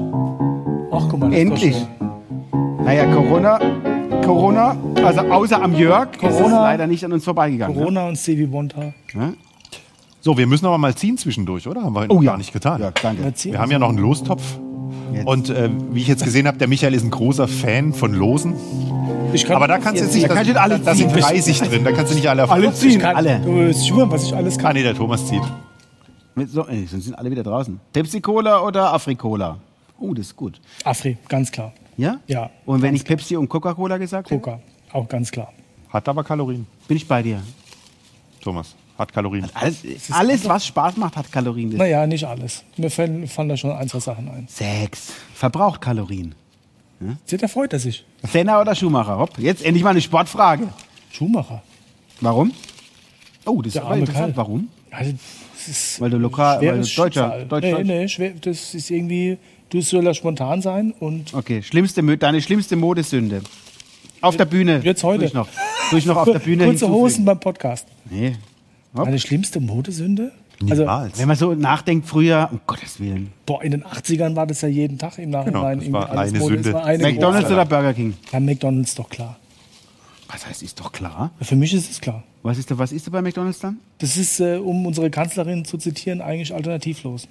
Speaker 4: Ach, guck mal. das ist doch
Speaker 2: Endlich.
Speaker 4: schön.
Speaker 2: Naja, Corona, Corona, also außer am Jörg, ist es
Speaker 4: Corona.
Speaker 2: leider nicht an uns vorbeigegangen. ne?
Speaker 4: Corona und Stevie Wonder.
Speaker 2: Ne?
Speaker 3: So, wir müssen aber mal ziehen zwischendurch, oder? Haben wir
Speaker 2: Oh
Speaker 3: noch
Speaker 2: ja.
Speaker 3: gar nicht getan.
Speaker 2: Ja, danke.
Speaker 4: Erzähl.
Speaker 3: Wir haben ja noch einen Lostopf.
Speaker 2: Jetzt.
Speaker 3: Und äh, wie ich jetzt gesehen habe, der Michael ist ein großer Fan von Losen.
Speaker 4: Ich kann,
Speaker 3: Aber da kannst du jetzt nicht,
Speaker 2: Da kannst du nicht alle
Speaker 3: da sind
Speaker 2: ziehen.
Speaker 3: 30 drin, da kannst du nicht alle erfahren.
Speaker 2: Alle
Speaker 4: ich
Speaker 2: ziehen,
Speaker 4: kann,
Speaker 2: alle.
Speaker 4: Du wirst schwören, was ich alles
Speaker 3: Ah,
Speaker 4: kann.
Speaker 3: nee, der Thomas zieht.
Speaker 2: Mit So, ey, sonst sind alle wieder draußen. Pepsi-Cola oder Afri-Cola? Oh, das ist gut.
Speaker 4: Afri, ganz klar.
Speaker 2: Ja?
Speaker 4: Ja,
Speaker 2: Und wenn ich Pepsi und Coca-Cola gesagt hätte,
Speaker 4: Coca, auch ganz klar.
Speaker 3: Hat aber Kalorien.
Speaker 2: bin ich bei dir.
Speaker 3: Thomas, hat Kalorien.
Speaker 2: Alles, alles was Spaß macht, hat Kalorien. Das
Speaker 4: Naja, nicht alles. Mir fallen, fallen da schon ein, zwei Sachen ein.
Speaker 2: Sex verbraucht Kalorien.
Speaker 4: Seht, da freut er sich.
Speaker 2: Senna oder Schumacher? Hopp, jetzt endlich mal eine Sportfrage.
Speaker 4: Schumacher.
Speaker 2: Warum? Oh, das ist
Speaker 4: Der
Speaker 2: aber
Speaker 4: arme
Speaker 2: interessant.
Speaker 4: Kerl.
Speaker 2: Warum?
Speaker 4: Also, Das ist
Speaker 2: Weil du lokal- weil
Speaker 4: schweres
Speaker 2: du Deutscher-
Speaker 4: Schicksal.
Speaker 2: Deutsch-
Speaker 4: nee,
Speaker 2: Deutsch-
Speaker 4: nee, schwer, das ist irgendwie, du soll ja spontan sein und
Speaker 2: Okay, schlimmste, Mö- deine schlimmste Modesünde. Auf der Bühne.
Speaker 4: Jetzt heute.
Speaker 2: Durch noch, durch noch auf der Bühne.
Speaker 4: kurze
Speaker 2: hinzufügen.
Speaker 4: Hosen beim Podcast.
Speaker 2: Nee.
Speaker 4: Meine schlimmste Modesünde? Also,
Speaker 3: Niemals.
Speaker 2: Wenn man so nachdenkt, früher, um Gottes Willen.
Speaker 4: boah, in den 80ern war das ja jeden Tag im Nachhinein.
Speaker 3: Genau, das
Speaker 4: irgendwie
Speaker 3: war
Speaker 4: alles
Speaker 3: eine
Speaker 4: Das
Speaker 3: Sünde.
Speaker 4: war eine
Speaker 2: McDonalds
Speaker 4: große.
Speaker 2: oder Burger King?
Speaker 4: Ja, McDonalds, doch klar.
Speaker 2: Was heißt, ist doch klar.
Speaker 4: Für mich ist es klar.
Speaker 2: Was ist da, was ist da bei McDonalds dann?
Speaker 4: Das ist, äh, um unsere Kanzlerin zu zitieren, eigentlich alternativlos.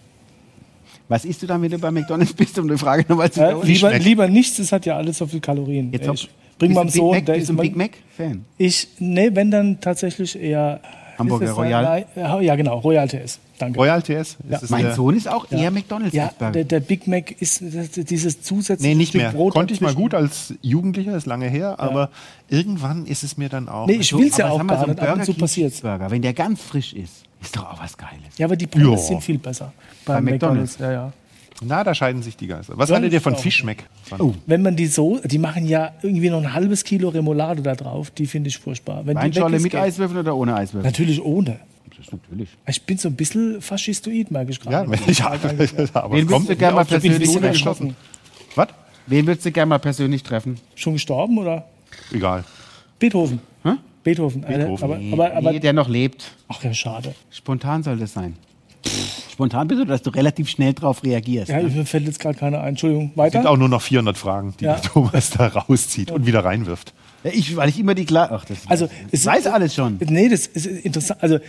Speaker 2: Was isst du dann, wenn du bei McDonalds bist, um die Frage nochmal zu
Speaker 4: Äh,
Speaker 2: wiederholen?
Speaker 4: lieber,
Speaker 3: schmeckt.
Speaker 4: lieber nichts, es hat ja alles so viel Kalorien.
Speaker 2: Jetzt
Speaker 4: Äh,
Speaker 2: hab-
Speaker 4: ich
Speaker 2: Bist
Speaker 4: bring
Speaker 2: du
Speaker 4: meinem
Speaker 2: Big
Speaker 4: Sohn,
Speaker 2: Mac?
Speaker 4: der
Speaker 2: Bist
Speaker 4: ist
Speaker 2: du ein
Speaker 4: mein-
Speaker 2: Big Mac-Fan?
Speaker 4: Ich, nee, wenn dann tatsächlich eher.
Speaker 2: Hamburger
Speaker 4: ist das-
Speaker 2: Royal?
Speaker 4: Nein, ja, genau, Royal TS. Danke.
Speaker 3: Royal TS? Ist äh, es
Speaker 2: Mein
Speaker 3: der-
Speaker 2: Sohn ist auch eher McDonalds
Speaker 4: ja,
Speaker 2: als Burger
Speaker 4: der,
Speaker 2: King.
Speaker 4: der Big Mac ist das, dieses zusätzliche
Speaker 3: Nee, nicht
Speaker 4: Stück
Speaker 3: mehr.
Speaker 4: Brot.
Speaker 3: Konnte ich mal
Speaker 4: dazwischen.
Speaker 3: gut als Jugendlicher, ist lange her, aber irgendwann ist es mir dann auch.
Speaker 4: Nee, ich will es ja
Speaker 2: Aber
Speaker 4: auch
Speaker 2: sag mal,
Speaker 4: gar
Speaker 2: ein
Speaker 4: nicht. Ab und
Speaker 2: Burger
Speaker 4: zu
Speaker 2: King
Speaker 4: passiert's.
Speaker 2: Cheeseburger, wenn der ganz frisch ist, ist doch auch was Geiles.
Speaker 4: Ja, aber die Pommes
Speaker 3: Ja.
Speaker 4: sind viel besser.
Speaker 2: Bei McDonald's.
Speaker 4: Ja, ja.
Speaker 3: Na, da scheiden sich die Geister. Was
Speaker 4: Ja,
Speaker 3: haltet ihr
Speaker 4: ich
Speaker 3: von
Speaker 4: auch.
Speaker 3: Fischmeck? Von-
Speaker 4: Wenn man die so, die machen ja irgendwie noch ein halbes Kilo Remoulade da drauf, die finde ich furchtbar. Wenn die weg
Speaker 2: Weinschorle
Speaker 4: ist,
Speaker 2: mit
Speaker 4: geht-
Speaker 2: Eiswürfeln oder ohne Eiswürfel?
Speaker 4: Natürlich ohne.
Speaker 2: Das natürlich.
Speaker 4: Ich bin so ein bisschen faschistoid, merke ich
Speaker 3: Ja,
Speaker 4: gerade.
Speaker 3: ich habe. Aber
Speaker 2: Wen
Speaker 3: es kommt
Speaker 2: würdest du gerne mal
Speaker 3: auf die
Speaker 2: persönlich
Speaker 3: Pistole
Speaker 2: treffen?
Speaker 3: geschossen. Was?
Speaker 2: Wen würdest du gerne mal persönlich treffen?
Speaker 4: Schon gestorben oder?
Speaker 3: Egal.
Speaker 4: Beethoven. Beethoven. Alter,
Speaker 3: Beethoven.
Speaker 4: Aber, aber, aber,
Speaker 2: nee, der noch lebt.
Speaker 4: ach ja, schade.
Speaker 2: Spontan soll das sein. Spontan bist du, dass du relativ schnell drauf reagierst.
Speaker 4: Ja,
Speaker 2: ne?
Speaker 4: mir fällt jetzt gerade keiner ein. Entschuldigung,
Speaker 3: Sind
Speaker 4: weiter.
Speaker 3: auch nur noch 400 Fragen, die
Speaker 4: Ja.
Speaker 3: der Thomas da rauszieht und wieder reinwirft.
Speaker 2: ich, weil ich immer die klar. Ach, das
Speaker 4: Also,
Speaker 2: ich
Speaker 4: es-
Speaker 2: weiß alles schon.
Speaker 4: Nee, das ist interessant. Also, äh,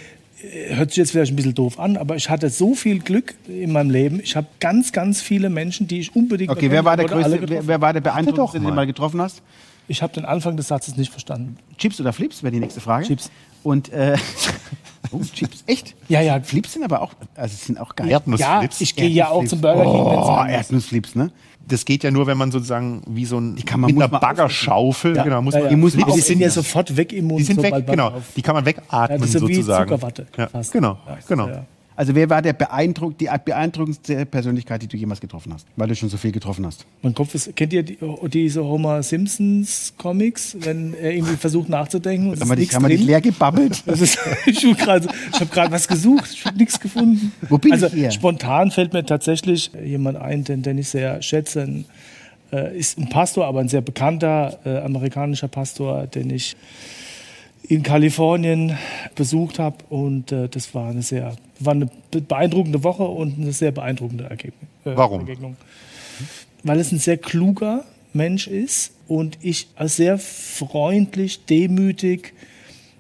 Speaker 4: hört sich jetzt vielleicht ein bisschen doof an, aber ich hatte so viel Glück in meinem Leben. Ich habe ganz, ganz viele Menschen, die ich unbedingt
Speaker 2: Okay,
Speaker 4: noch
Speaker 2: wer war der
Speaker 4: kennenlernen wollte,
Speaker 2: größte,
Speaker 4: alle
Speaker 2: wer,
Speaker 4: getroffen.
Speaker 2: wer war der beeindruckendste,
Speaker 3: doch
Speaker 2: den du
Speaker 3: mal.
Speaker 2: mal getroffen hast?
Speaker 4: Ich habe den Anfang des Satzes nicht verstanden.
Speaker 2: Chips oder Flips wäre die nächste Frage.
Speaker 4: Chips.
Speaker 2: Und äh, oh, Chips, echt?
Speaker 4: Ja, ja.
Speaker 2: Flips sind aber auch, also sind auch geil.
Speaker 4: Ja,
Speaker 3: Erdnussflips.
Speaker 4: ich gehe ja auch zum Burger King. wenn's
Speaker 2: Oh,
Speaker 4: sein muss.
Speaker 2: Erdnussflips, ne?
Speaker 3: Das geht ja nur, wenn man sozusagen wie so ein
Speaker 2: kann man-
Speaker 3: mit
Speaker 2: muss
Speaker 3: einer
Speaker 2: man
Speaker 3: Baggerschaufel.
Speaker 4: Ja,
Speaker 3: Genau, muss
Speaker 4: ja,
Speaker 3: man,
Speaker 4: ja.
Speaker 2: die muss man
Speaker 4: aber Äh, die
Speaker 2: aufziehen
Speaker 4: sind ja
Speaker 2: lassen.
Speaker 4: sofort weg im Mund.
Speaker 3: die sind weg,
Speaker 4: sobald man
Speaker 3: genau.
Speaker 4: auf-
Speaker 3: Die kann man wegatmen
Speaker 4: Ja, das ist so wie
Speaker 3: sozusagen.
Speaker 4: Zuckerwatte.
Speaker 3: Ja,
Speaker 4: fast.
Speaker 3: genau,
Speaker 4: Ja, das ist
Speaker 3: genau.
Speaker 4: ja-
Speaker 2: Also wer war der beeindruckt, die beeindruckendste Persönlichkeit, die du jemals getroffen hast? Weil du schon so viel getroffen hast.
Speaker 4: Mein Kopf ist, kennt ihr die, diese Homer Simpsons Comics, wenn er irgendwie versucht nachzudenken und es
Speaker 2: Haben wir
Speaker 4: ist
Speaker 2: dich,
Speaker 4: nichts
Speaker 2: haben wir dich
Speaker 4: drin?
Speaker 2: leer gebabbelt?
Speaker 4: Das ist, ich hab grad- ich habe gerade was gesucht, ich habe nichts gefunden.
Speaker 2: Wo bin
Speaker 4: also
Speaker 2: ich hier?
Speaker 4: spontan fällt mir tatsächlich jemand ein, den, den ich sehr schätze. Ein, äh, ist ein Pastor, aber ein sehr bekannter äh, amerikanischer Pastor, den ich in Kalifornien besucht habe. Und äh, das war eine sehr war eine be- beeindruckende Woche und eine sehr beeindruckende Ergebnis. Äh,
Speaker 3: Warum?
Speaker 4: Begegnung. Weil es ein sehr kluger Mensch ist und ich als sehr freundlich, demütig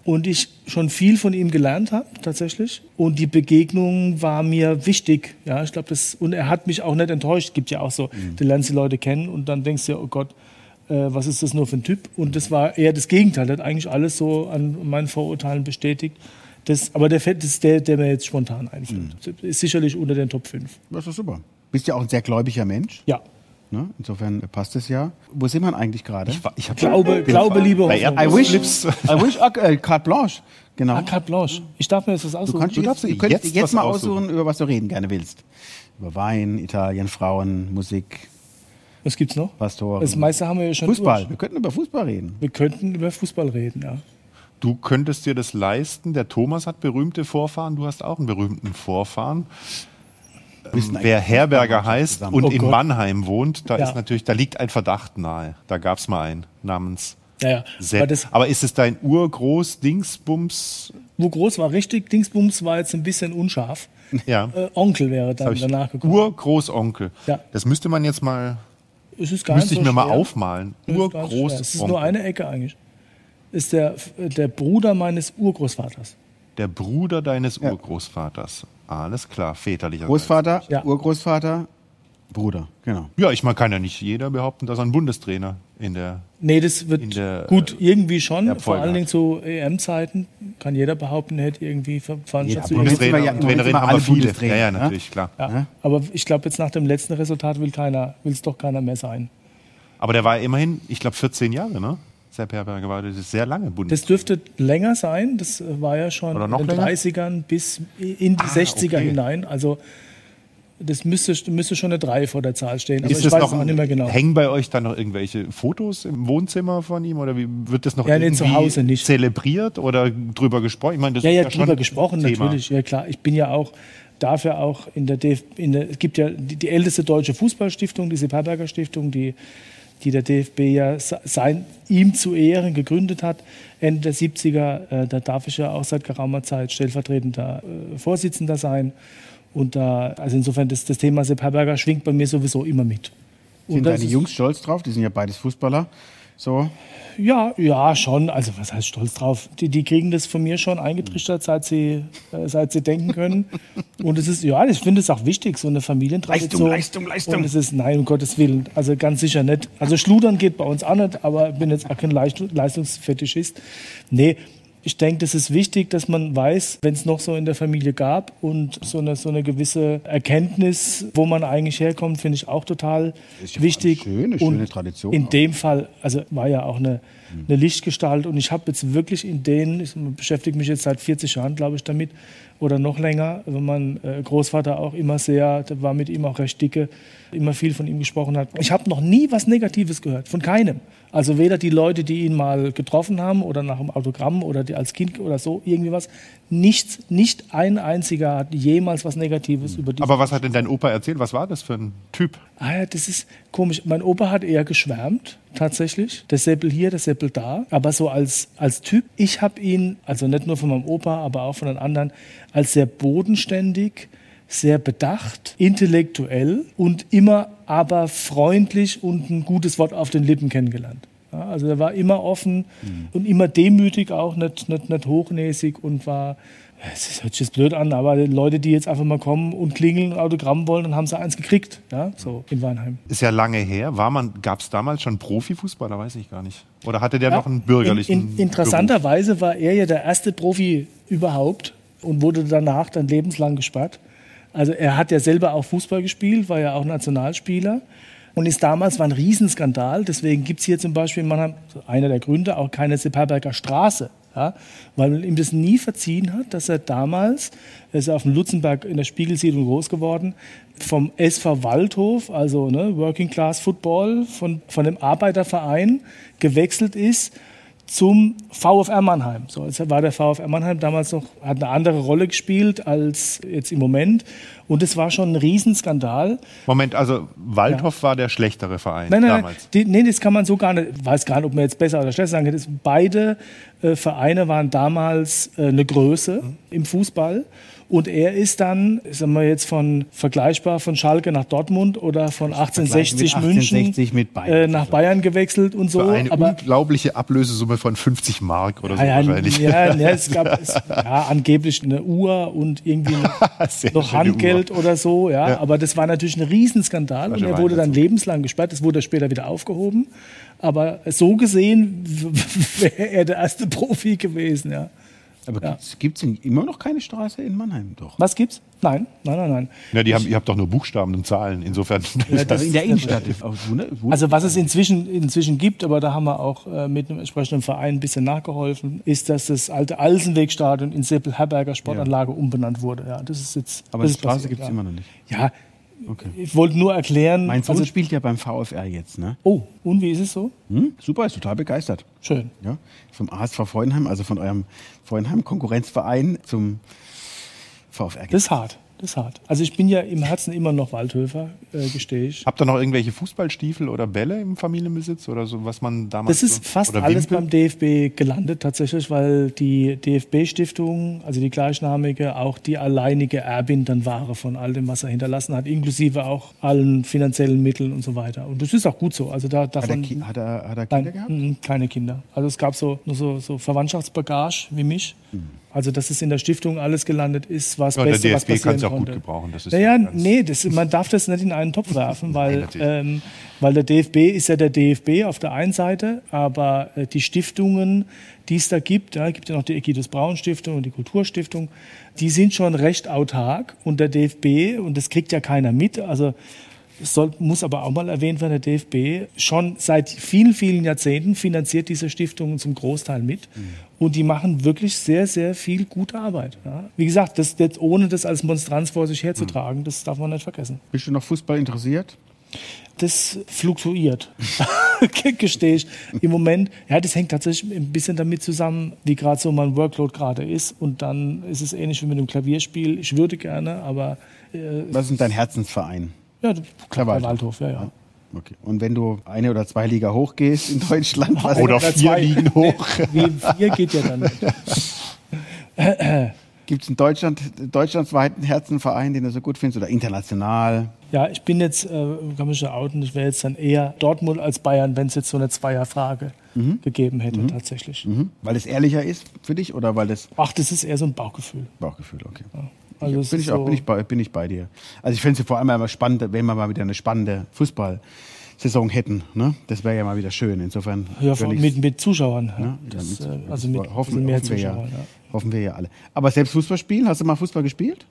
Speaker 4: und ich schon viel von ihm gelernt habe tatsächlich und die Begegnung war mir wichtig ja ich glaube das und er hat mich auch nicht enttäuscht gibt ja auch so
Speaker 2: Mhm.
Speaker 4: du lernst die Leute kennen und dann denkst du ja oh Gott äh, was ist das nur für ein Typ und das war eher das Gegenteil der hat eigentlich alles so an meinen Vorurteilen bestätigt das aber der Fett ist der der mir jetzt spontan einfällt
Speaker 2: Mhm.
Speaker 4: ist sicherlich unter den Top 5.
Speaker 2: Das ist super. Bist ja auch ein sehr gläubiger Mensch.
Speaker 4: ja
Speaker 2: Ne? Insofern passt es ja. Wo sind wir denn eigentlich gerade?
Speaker 3: Ich, war- ich hab-
Speaker 4: Glaube,
Speaker 3: bin
Speaker 4: Glaube,
Speaker 3: bei-
Speaker 4: Liebe,
Speaker 3: bei
Speaker 4: Hoffnung.
Speaker 3: Erdnuss-
Speaker 2: I wish,
Speaker 3: Flips.
Speaker 2: I wish äh, carte blanche. Genau.
Speaker 4: Ah, carte blanche. Ich darf mir jetzt was
Speaker 2: Du
Speaker 4: aussuchen.
Speaker 2: kannst
Speaker 3: Du
Speaker 2: jetzt,
Speaker 3: darfst
Speaker 2: du
Speaker 3: dir
Speaker 2: könntest jetzt,
Speaker 3: jetzt
Speaker 2: jetzt
Speaker 3: was
Speaker 2: mal
Speaker 3: aussuchen.
Speaker 2: aussuchen, über was du reden gerne willst. Über Wein, Italien, Frauen, Musik,
Speaker 4: Was gibt's noch?
Speaker 2: Pastoren.
Speaker 4: Das meiste haben wir ja schon
Speaker 2: Fußball.
Speaker 4: durch.
Speaker 2: Wir könnten über Fußball reden.
Speaker 4: Wir könnten über Fußball reden, ja.
Speaker 3: Du könntest dir das leisten. Der Thomas hat berühmte Vorfahren. Du hast auch einen berühmten Vorfahren.
Speaker 2: Müssten eigentlich
Speaker 3: Wer Herberger heißt
Speaker 2: zusammen.
Speaker 3: und
Speaker 4: Oh
Speaker 3: in
Speaker 4: Gott.
Speaker 3: Mannheim wohnt, da
Speaker 4: Ja.
Speaker 3: ist natürlich, da liegt ein Verdacht nahe. Da gab es mal einen namens
Speaker 4: Ja, ja.
Speaker 3: Sepp.
Speaker 4: Aber
Speaker 3: Aber,
Speaker 4: das,
Speaker 3: ist es dein Urgroß Dingsbums?
Speaker 4: wo groß war, richtig, Dingsbums war jetzt ein bisschen unscharf.
Speaker 3: Ja.
Speaker 4: Äh, Onkel wäre dann
Speaker 3: Hab ich-
Speaker 4: danach gekommen.
Speaker 3: Urgroßonkel.
Speaker 4: Ja.
Speaker 3: Das müsste man jetzt mal,
Speaker 4: Es ist gar
Speaker 3: müsste ich
Speaker 4: nicht so
Speaker 3: mir mal
Speaker 4: schwer.
Speaker 3: aufmalen.
Speaker 4: Es ist gar nicht schwer. Es ist nur
Speaker 3: Urgroßonkel.
Speaker 4: eine Ecke eigentlich. Ist der, der Bruder meines Urgroßvaters.
Speaker 3: Der Bruder deines Urgroßvaters. Alles klar, väterlicher.
Speaker 2: Großvater,
Speaker 4: Ja.
Speaker 2: Urgroßvater, Bruder. Genau.
Speaker 3: Ja, ich meine, kann ja nicht jeder behaupten, dass er ein Bundestrainer in der
Speaker 4: Nee, das
Speaker 3: In
Speaker 4: wird
Speaker 3: der, äh,
Speaker 4: gut, irgendwie schon.
Speaker 3: Erbfolge
Speaker 4: Vor allen
Speaker 3: hat.
Speaker 4: Dingen zu EM-Zeiten kann jeder behaupten, er hätte irgendwie ver-
Speaker 2: Jeder
Speaker 4: veranstaltet. zu E
Speaker 2: Im Moment sind wir
Speaker 3: Bundestrainer
Speaker 2: ja-
Speaker 3: und
Speaker 2: im Moment sind
Speaker 3: Trainerin
Speaker 2: wir
Speaker 3: haben wir
Speaker 2: alle
Speaker 3: viele.
Speaker 2: Bundestrainer,
Speaker 3: Ja, ja,
Speaker 2: ne?
Speaker 3: natürlich, klar.
Speaker 4: Ja, aber ich glaube, jetzt nach dem letzten Resultat will keiner, will es doch keiner mehr sein.
Speaker 3: Aber der war ja immerhin, ich glaube, 14 Jahre, ne? Sepp Herberger war das ist sehr lange
Speaker 4: Das
Speaker 3: Bundes.
Speaker 4: dürfte länger sein. Das äh, war ja schon
Speaker 3: Oder
Speaker 4: in
Speaker 3: noch
Speaker 4: den
Speaker 3: länger?
Speaker 4: 30ern bis in die 60er
Speaker 3: okay.
Speaker 4: hinein. Also Das müsste, müsste schon eine 3 vor der Zahl stehen. Aber
Speaker 3: Ist
Speaker 4: ich
Speaker 3: das
Speaker 4: weiß
Speaker 3: noch
Speaker 4: es auch
Speaker 3: ein-
Speaker 4: nicht mehr genau.
Speaker 3: Hängen bei euch dann noch irgendwelche Fotos im Wohnzimmer von ihm oder wie wird das noch
Speaker 4: Ja, nee,
Speaker 3: irgendwie
Speaker 4: zu Hause nicht.
Speaker 3: zelebriert oder drüber gesprochen? Ich meine, das
Speaker 4: Ja,
Speaker 3: ist
Speaker 4: ja,
Speaker 3: ja schon
Speaker 4: drüber gesprochen,
Speaker 3: Thema.
Speaker 4: natürlich. Ja, klar. Ich bin ja auch dafür auch in der, DF in der es gibt ja die, die älteste deutsche Fußballstiftung, die Sepp Herberger Stiftung, die, die der DFB ja se- sein, ihm zu Ehren gegründet hat, Ende der 70er. Äh, da darf ich ja auch seit geraumer Zeit stellvertretender äh, Vorsitzender sein. Und da, also insofern, das, das Thema Sepp Herberger schwingt bei mir sowieso immer mit.
Speaker 2: Sind
Speaker 4: das
Speaker 2: deine
Speaker 4: ist-
Speaker 2: Jungs stolz drauf? Die sind ja beides Fußballer. So,
Speaker 4: Ja, ja, schon. Also was heißt stolz drauf? Die, die kriegen das von mir schon
Speaker 2: Mhm.
Speaker 4: eingetrichtert, seit sie, äh, seit sie denken können. Und es ist, ja, ich finde es auch wichtig, so eine Familientradition.
Speaker 2: Leistung, Leistung, Leistung.
Speaker 4: Und es ist, nein, um Gottes Willen, also ganz sicher nicht. Also Schludern geht bei uns auch nicht, aber ich bin jetzt auch kein Leist- Leistungsfetischist. Nee, ich denke, das ist wichtig, dass man weiß, wenn es noch so in der Familie gab und so eine, so eine gewisse Erkenntnis, wo man eigentlich herkommt, finde ich auch total
Speaker 2: ist ja
Speaker 4: wichtig.
Speaker 2: eine schöne,
Speaker 4: Und
Speaker 2: schöne Tradition
Speaker 4: In
Speaker 2: auch.
Speaker 4: dem Fall, also war ja auch eine, eine Lichtgestalt und ich habe jetzt wirklich in denen, ich beschäftige mich jetzt seit 40 Jahren, glaube ich, damit oder noch länger, wenn mein äh, Großvater auch immer sehr, der war mit ihm auch recht dicke, immer viel von ihm gesprochen hat. Ich habe noch nie was Negatives gehört, von keinem. Also weder die Leute, die ihn mal getroffen haben oder nach dem Autogramm oder die als Kind oder so irgendwie was, nichts, nicht ein einziger hat jemals was Negatives über die
Speaker 3: Aber was hat denn dein Opa erzählt? Was war das für ein Typ?
Speaker 4: Ah ja, das ist komisch. Mein Opa hat eher geschwärmt, tatsächlich. Der Seppel hier, der Seppel da. Aber so als, als Typ, ich habe ihn, also nicht nur von meinem Opa, aber auch von den anderen, als sehr bodenständig, sehr bedacht, intellektuell und immer aber freundlich und ein gutes Wort auf den Lippen kennengelernt. Ja, also er war immer offen
Speaker 3: Mhm.
Speaker 4: und immer demütig auch, nicht, nicht, nicht hochnäsig und war, es ist- hört sich jetzt blöd an, aber Leute, die jetzt einfach mal kommen und klingeln und Autogramm wollen, dann haben sie eins gekriegt, ja, so in Weinheim.
Speaker 3: Ist ja lange her. War man, gab es damals schon Profifußball? Da weiß ich gar nicht. Oder hatte der noch einen
Speaker 4: In,
Speaker 3: bürgerlichen
Speaker 4: in, interessanterweise war er ja der erste Profi überhaupt und wurde danach dann lebenslang gesperrt. Also er hat ja selber auch Fußball gespielt, war ja auch Nationalspieler und ist damals war ein Riesenskandal. Deswegen gibt es hier zum Beispiel in Mannheim, so einer der Gründe, auch keine Sepperberger Straße. Ja, weil man ihm das nie verziehen hat, dass er damals, er ist auf dem Lutzenberg in der Spiegelsiedlung groß geworden, vom SV Waldhof, also ne, Working Class Football, von, von dem Arbeiterverein gewechselt ist zum VfR Mannheim. So, es war der VfR Mannheim damals noch, hat eine andere Rolle gespielt als jetzt im Moment. Und es war schon ein Riesenskandal.
Speaker 3: Jugend? Moment, also Waldhof war der schlechtere Verein
Speaker 4: Nein, nein, nein,
Speaker 3: damals.
Speaker 4: die, nee, das kann man so gar nicht, weiß gar nicht, ob man jetzt besser oder schlechter sagen kann. Das, beide äh, Vereine waren damals äh, eine Größe im Fußball. Und er ist dann, sagen wir jetzt von vergleichbar von Schalke nach Dortmund oder von 1860
Speaker 2: mit
Speaker 4: München
Speaker 2: 1860 mit Bayern.
Speaker 4: Äh, nach Bayern gewechselt und so.
Speaker 3: Für eine
Speaker 4: aber
Speaker 3: unglaubliche Ablösesumme von 50 Mark oder
Speaker 2: Also
Speaker 3: so
Speaker 4: Ah ja, ja,
Speaker 3: wahrscheinlich.
Speaker 4: ja, ja, es gab es, ja, angeblich eine Uhr und irgendwie
Speaker 3: Sehr
Speaker 4: noch
Speaker 3: schöne
Speaker 4: Handgeld oder so, ja, Aber das war natürlich ein Riesenskandal und
Speaker 3: schon
Speaker 4: er
Speaker 3: mal
Speaker 4: wurde dann
Speaker 3: dazu.
Speaker 4: lebenslang gesperrt. Das wurde später wieder aufgehoben. Aber so gesehen wäre er der erste Profi gewesen, ja.
Speaker 2: Aber gibt es denn immer noch keine Straße in Mannheim? Doch.
Speaker 4: Was gibt's? Nein, nein, nein, nein.
Speaker 3: Ja, die haben, ihr habt doch nur Buchstaben und Zahlen. Insofern.
Speaker 2: Also in der Innenstadt. ist auch wunder- wunder-
Speaker 4: Also was es inzwischen, inzwischen gibt, aber da haben wir auch äh, mit einem entsprechenden Verein ein bisschen nachgeholfen, ist, dass das alte Alsenwegstadion in Seppel-Herberger Sportanlage umbenannt wurde. Ja, das ist jetzt,
Speaker 2: Aber
Speaker 4: das
Speaker 2: die
Speaker 4: ist
Speaker 2: Straße
Speaker 4: passiert,
Speaker 2: gibt's
Speaker 4: ja.
Speaker 2: immer noch nicht.
Speaker 4: Ja,
Speaker 2: Okay.
Speaker 4: ich wollte nur erklären.
Speaker 2: Mein Sohn
Speaker 4: also,
Speaker 2: spielt ja beim VfR jetzt, ne?
Speaker 4: oh, und wie ist es so?
Speaker 2: Hm? Super, ist total begeistert.
Speaker 4: Schön.
Speaker 2: Ja, vom ASV Freudenheim, also von eurem Freudenheim-Konkurrenzverein zum VfR.
Speaker 4: Das ist hart. Das ist hart. Also ich bin ja im Herzen immer noch Waldhöfer, äh, gestehe ich.
Speaker 3: Habt ihr noch irgendwelche Fußballstiefel oder Bälle im Familienbesitz oder so, was man damals.
Speaker 4: Das ist
Speaker 3: so,
Speaker 4: fast
Speaker 3: oder
Speaker 4: alles
Speaker 3: Wimpel?
Speaker 4: beim DFB gelandet tatsächlich, weil die DFB-Stiftung, also die gleichnamige, auch die alleinige Erbin dann war von all dem, was er hinterlassen hat, inklusive auch allen finanziellen Mitteln und so weiter. Und das ist auch gut so. Also da,
Speaker 2: Hat er,
Speaker 4: davon
Speaker 2: Ki- hat, er, hat er
Speaker 4: Nein,
Speaker 2: Kinder gehabt?
Speaker 4: mm, keine Kinder. Also es gab so nur so, so Verwandtschaftsbagage wie mich.
Speaker 2: Mhm.
Speaker 4: Also dass es in der Stiftung alles gelandet ist, war das
Speaker 3: Ja, der
Speaker 4: Beste, was
Speaker 3: DFB
Speaker 4: passieren
Speaker 3: kann's auch gut
Speaker 4: konnte.
Speaker 3: gebrauchen, das ist
Speaker 4: naja,
Speaker 3: ja ganz-
Speaker 4: nee, das, man darf das nicht in einen Topf werfen, weil,
Speaker 3: natürlich.
Speaker 4: ähm, weil der DFB ist ja der DFB auf der einen Seite, aber äh, die Stiftungen, die es da gibt, ja, gibt ja noch die Egidius Braun Stiftung und die Kulturstiftung, die sind schon recht autark und der DFB, und das kriegt ja keiner mit, also es soll, muss aber auch mal erwähnt werden, der DFB schon seit vielen, vielen Jahrzehnten finanziert diese Stiftungen zum Großteil mit. Und die machen wirklich sehr, sehr viel gute Arbeit. Ja. Wie gesagt, das, das, ohne das als Monstranz vor sich herzutragen, das darf man nicht vergessen.
Speaker 2: Bist du noch Fußball interessiert?
Speaker 4: Das fluktuiert, Ge- gestehe ich. Im Moment, ja, das hängt tatsächlich ein bisschen damit zusammen, wie gerade so mein Workload gerade ist. Und dann ist es ähnlich wie mit dem Klavierspiel. Ich würde gerne, aber äh,
Speaker 2: Was ist denn dein Herzensverein?
Speaker 4: ja, klar, Waldhof, ja, ja.
Speaker 2: Okay. Und wenn du eine oder zwei Liga hochgehst in Deutschland, was
Speaker 3: Oder
Speaker 4: Oder
Speaker 3: vier
Speaker 4: zwei.
Speaker 3: liegen hoch.
Speaker 4: Wie vier geht ja dann nicht.
Speaker 2: gibt es in Deutschland, deutschlandsweiten Herzenverein, den du so gut findest oder international?
Speaker 4: Ja, ich bin jetzt, äh, kann mich ja outen, ich wäre jetzt dann eher Dortmund als Bayern, wenn es jetzt so eine Zweierfrage gegeben hätte, tatsächlich.
Speaker 2: Mhm. Weil es ehrlicher ist für dich oder weil das
Speaker 4: Ach, das ist eher so ein Bauchgefühl.
Speaker 2: Bauchgefühl, okay.
Speaker 4: Also es
Speaker 2: bin,
Speaker 4: ist
Speaker 2: ich auch,
Speaker 4: so-
Speaker 2: bin, ich bei, bin ich bei dir. Also ich fände es vor allem immer spannend, wenn wir mal wieder eine spannende Fußballsaison hätten. Ne? Das wäre ja mal wieder schön. Insofern
Speaker 4: Ja, vor,
Speaker 2: völlig-
Speaker 4: mit, mit Zuschauern. Ja.
Speaker 2: ne?
Speaker 4: das,
Speaker 2: Ja, mit-
Speaker 4: äh, also mit
Speaker 2: hoffen,
Speaker 4: mehr
Speaker 2: hoffen, wir ja,
Speaker 4: Zuschauern. Ja.
Speaker 2: hoffen wir ja alle. Aber selbst Fußball spielen? Hast du mal Fußball gespielt?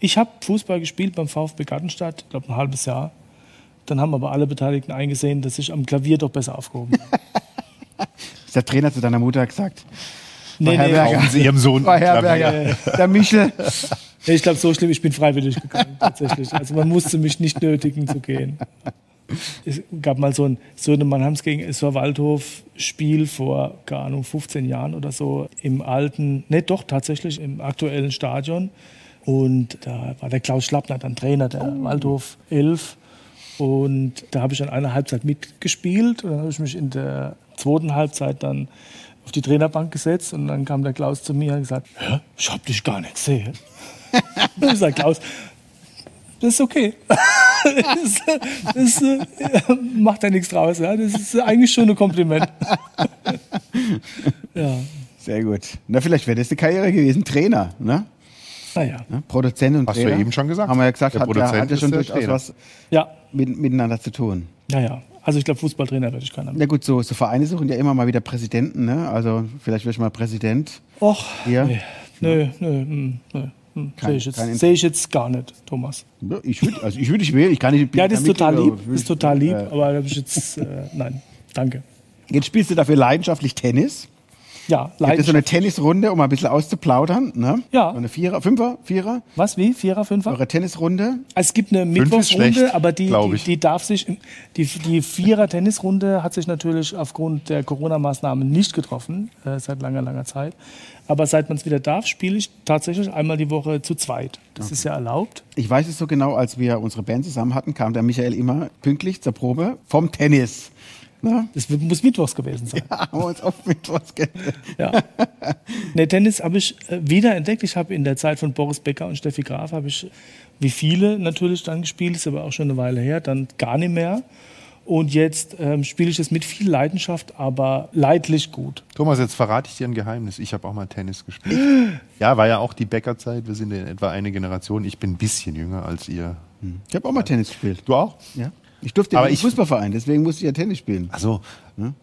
Speaker 4: Ich habe Fußball gespielt beim VfB Gartenstadt, ich glaube ein halbes Jahr. Dann haben aber alle Beteiligten eingesehen, dass ich am Klavier doch besser aufgehoben bin.
Speaker 2: Ist der Trainer zu deiner Mutter gesagt?
Speaker 4: nee, nee,
Speaker 2: Herberger.
Speaker 3: Kaufen Sie Ihrem Sohn
Speaker 2: Frau
Speaker 3: ein Klavier.
Speaker 2: Herberger, der Michel.
Speaker 4: nee, ich glaube, so schlimm, ich bin freiwillig gegangen, tatsächlich. Also man musste mich nicht nötigen zu gehen. Es gab mal so ein Söhnemann-Hams gegen SV Waldhof-Spiel vor, keine Ahnung, 15 Jahren oder so im alten, ne, doch tatsächlich im aktuellen Stadion. Und da war der Klaus Schlappner dann Trainer der Waldhof 11. Und da habe ich dann eine Halbzeit mitgespielt und dann habe ich mich in der zweiten Halbzeit dann auf die Trainerbank gesetzt und dann kam der Klaus zu mir und hat gesagt, Hä? ich habe dich gar nicht gesehen. ich sage, Klaus, das ist okay. das das äh, macht ja nichts draus. Ja? Das ist eigentlich schon ein Kompliment. ja,
Speaker 2: Sehr gut. Na, vielleicht wäre das eine Karriere gewesen. Trainer, ne?
Speaker 4: naja.
Speaker 2: Ne? Produzent und
Speaker 3: Hast du
Speaker 2: Trainer.
Speaker 3: ja eben schon gesagt.
Speaker 2: Haben wir ja gesagt,
Speaker 3: Der
Speaker 2: hat, ja,
Speaker 3: Produzent
Speaker 2: hat ja
Speaker 3: ist
Speaker 2: schon
Speaker 3: der
Speaker 2: durchaus
Speaker 3: Trainer.
Speaker 2: was
Speaker 4: Ja,
Speaker 2: mit, miteinander zu tun.
Speaker 4: naja. Also ich glaube, Fußballtrainer werde ich keiner mehr.
Speaker 2: Na gut, so, so Vereine suchen ja immer mal wieder Präsidenten, ne? Also vielleicht wirst du mal Präsident.
Speaker 4: Och,
Speaker 2: Ja.
Speaker 4: nee, nö, nö, mm, nö. mm.
Speaker 2: Kein-
Speaker 4: Sehe ich, jetzt-
Speaker 2: kein Inter-
Speaker 4: seh ich jetzt gar nicht, Thomas.
Speaker 2: Ja, Ich würde, also ich würde, ich will, ich kann nicht.
Speaker 4: Ja, das ist
Speaker 2: damit-
Speaker 4: total lieb,
Speaker 2: aber-
Speaker 4: das ist total lieb,
Speaker 2: Äh,
Speaker 4: aber da bin ich jetzt, äh, nein, danke.
Speaker 2: Jetzt spielst du dafür leidenschaftlich Tennis.
Speaker 4: Ja,
Speaker 2: Gibt es so
Speaker 4: leider.
Speaker 2: eine Tennisrunde, um mal ein bisschen auszuplaudern, ne?
Speaker 4: Ja.
Speaker 2: So eine Vierer, Fünfer, Vierer,
Speaker 4: Was, wie, Vierer, Fünfer?
Speaker 2: eure Tennisrunde.
Speaker 4: Es gibt eine
Speaker 3: ist schlecht,
Speaker 4: Mittwochsrunde, aber die,
Speaker 3: glaub
Speaker 4: die,
Speaker 3: ich.
Speaker 4: die darf sich, die, die Vierer-Tennisrunde hat sich natürlich aufgrund der Corona-Maßnahmen nicht getroffen, äh, seit langer, langer Zeit. Aber seit man es wieder darf, spiele ich tatsächlich einmal die Woche zu zweit. Das ist ja erlaubt.
Speaker 2: Ich weiß es so genau, als wir unsere Band zusammen hatten, kam der Michael immer pünktlich zur Probe vom Tennis. Ne?
Speaker 4: Das wird- muss mittwochs gewesen sein.
Speaker 2: Haben wir uns auf Mittwochs ge-
Speaker 4: Ja. Ne, Tennis habe ich äh, wiederentdeckt. Ich habe in der Zeit von Boris Becker und Steffi Graf habe ich, wie viele natürlich dann gespielt, ist aber auch schon eine Weile her, dann gar nicht mehr. Und jetzt ähm, spiele ich es mit viel Leidenschaft, aber leidlich gut.
Speaker 3: Thomas, jetzt verrate ich dir ein Geheimnis. Ich habe auch mal Tennis gespielt. Ja, war ja auch die Bäckerzeit. Wir sind in etwa eine Generation. Ich bin ein bisschen jünger als ihr.
Speaker 2: Ich habe auch mal Tennis gespielt.
Speaker 3: Du auch?
Speaker 2: Ja. Ich durfte
Speaker 3: Aber
Speaker 2: ja im
Speaker 3: ich-
Speaker 2: Fußballverein, deswegen musste ich ja Tennis spielen.
Speaker 3: Also,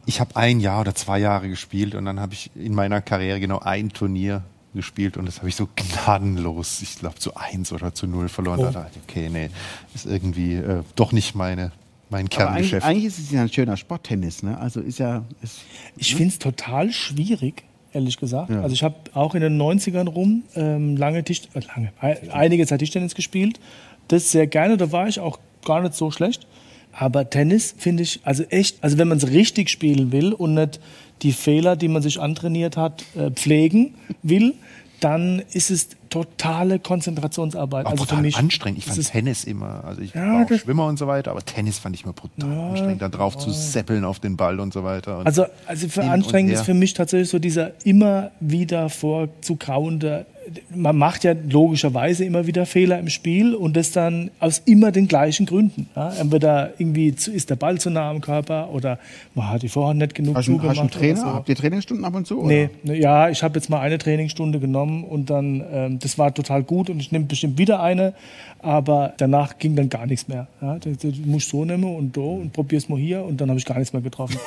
Speaker 3: ich habe ein Jahr oder zwei Jahre gespielt und dann habe ich in meiner Karriere genau ein Turnier gespielt und das habe ich so gnadenlos, ich glaube, zu eins oder zu null verloren.
Speaker 4: Oh.
Speaker 3: Da dachte ich, okay, nee, ist irgendwie äh, doch nicht meine, mein
Speaker 2: Aber eigentlich,
Speaker 3: Kerngeschäft.
Speaker 2: eigentlich ist es ja ein schöner Sporttennis, ne? Also ist ja. Ist,
Speaker 3: Mhm.
Speaker 4: Ich finde es total schwierig, ehrlich gesagt. Also ich habe auch in den 90ern rum ähm, lange Tisch, äh, lange, ei- einige Zeit Tischtennis gespielt. Das sehr gerne, da war ich auch gar nicht so schlecht. Aber Tennis finde ich, also echt, also wenn man es richtig spielen will und nicht die Fehler, die man sich antrainiert hat, äh, pflegen will, dann ist es totale Konzentrationsarbeit.
Speaker 3: Auch
Speaker 4: also
Speaker 3: brutal
Speaker 4: für mich
Speaker 3: anstrengend. Ich
Speaker 4: ist
Speaker 3: fand
Speaker 4: es-
Speaker 3: Tennis immer, also ich
Speaker 4: Ja,
Speaker 3: war auch
Speaker 4: das-
Speaker 3: Schwimmer und so weiter, aber Tennis fand ich immer brutal anstrengend, da drauf zu seppeln auf den Ball und so weiter. Und
Speaker 4: Also, also für
Speaker 3: Hin und
Speaker 4: anstrengend
Speaker 3: her.
Speaker 4: ist für mich tatsächlich so dieser immer wieder vorzukauende. Man macht ja logischerweise immer wieder Fehler im Spiel und das dann aus immer den gleichen Gründen. Ja? Entweder irgendwie zu, ist der Ball zu nah am Körper oder man hat die Vorhand nicht genug
Speaker 2: hast du hast du einen
Speaker 4: zugemacht
Speaker 2: Trainer?
Speaker 4: oder so.
Speaker 2: Habt ihr Trainerstunden ab und zu?
Speaker 4: Nee,
Speaker 2: Oder?
Speaker 4: ne, ja, ich habe jetzt mal eine Trainingsstunde genommen und dann, ähm, das war total gut und ich nehme bestimmt wieder eine, aber danach ging dann gar nichts mehr. Ja, du, du musst so nehmen und do und probier's mal hier und dann habe ich gar nichts mehr getroffen.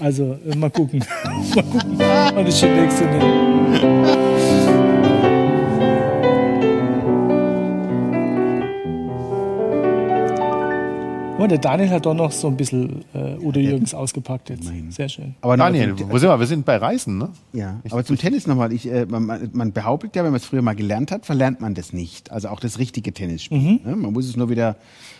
Speaker 4: Also äh, mal gucken, mal gucken, und ich die nächste nehme. Oh, der Daniel hat doch noch so ein bisschen äh, Udo Jürgens ausgepackt jetzt. Sehr schön.
Speaker 2: Aber noch-
Speaker 3: Daniel,
Speaker 2: also,
Speaker 3: wo sind wir? Wir sind bei Reisen, ne?
Speaker 2: ja, aber zum Tennis nochmal. Ich, äh, man- man, man behauptet ja, wenn man es früher mal gelernt hat, verlernt man das nicht. Also auch das richtige
Speaker 4: Mhm.
Speaker 2: Tennisspielen. Ne? Man muss es nur wieder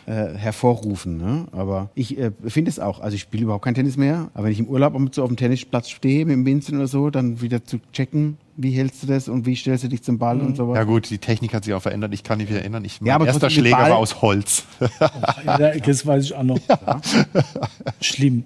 Speaker 2: äh, hervorrufen. Ne? Aber ich äh, finde es auch. Also ich spiele überhaupt kein Tennis mehr. Aber wenn ich im Urlaub ab und zu auf dem Tennisplatz stehe mit dem Vincent oder so, dann wieder zu checken, wie hältst du das und wie stellst du dich zum Ball
Speaker 4: Mhm.
Speaker 2: und sowas.
Speaker 3: Ja gut, die Technik hat sich auch verändert. Ich kann nicht wieder erinnern. Ich, mein
Speaker 2: aber
Speaker 3: erster
Speaker 2: trotzdem, die
Speaker 3: Schläger
Speaker 2: Ball-
Speaker 3: war aus Holz.
Speaker 4: Ja, das weiß ich auch noch. Schlimm.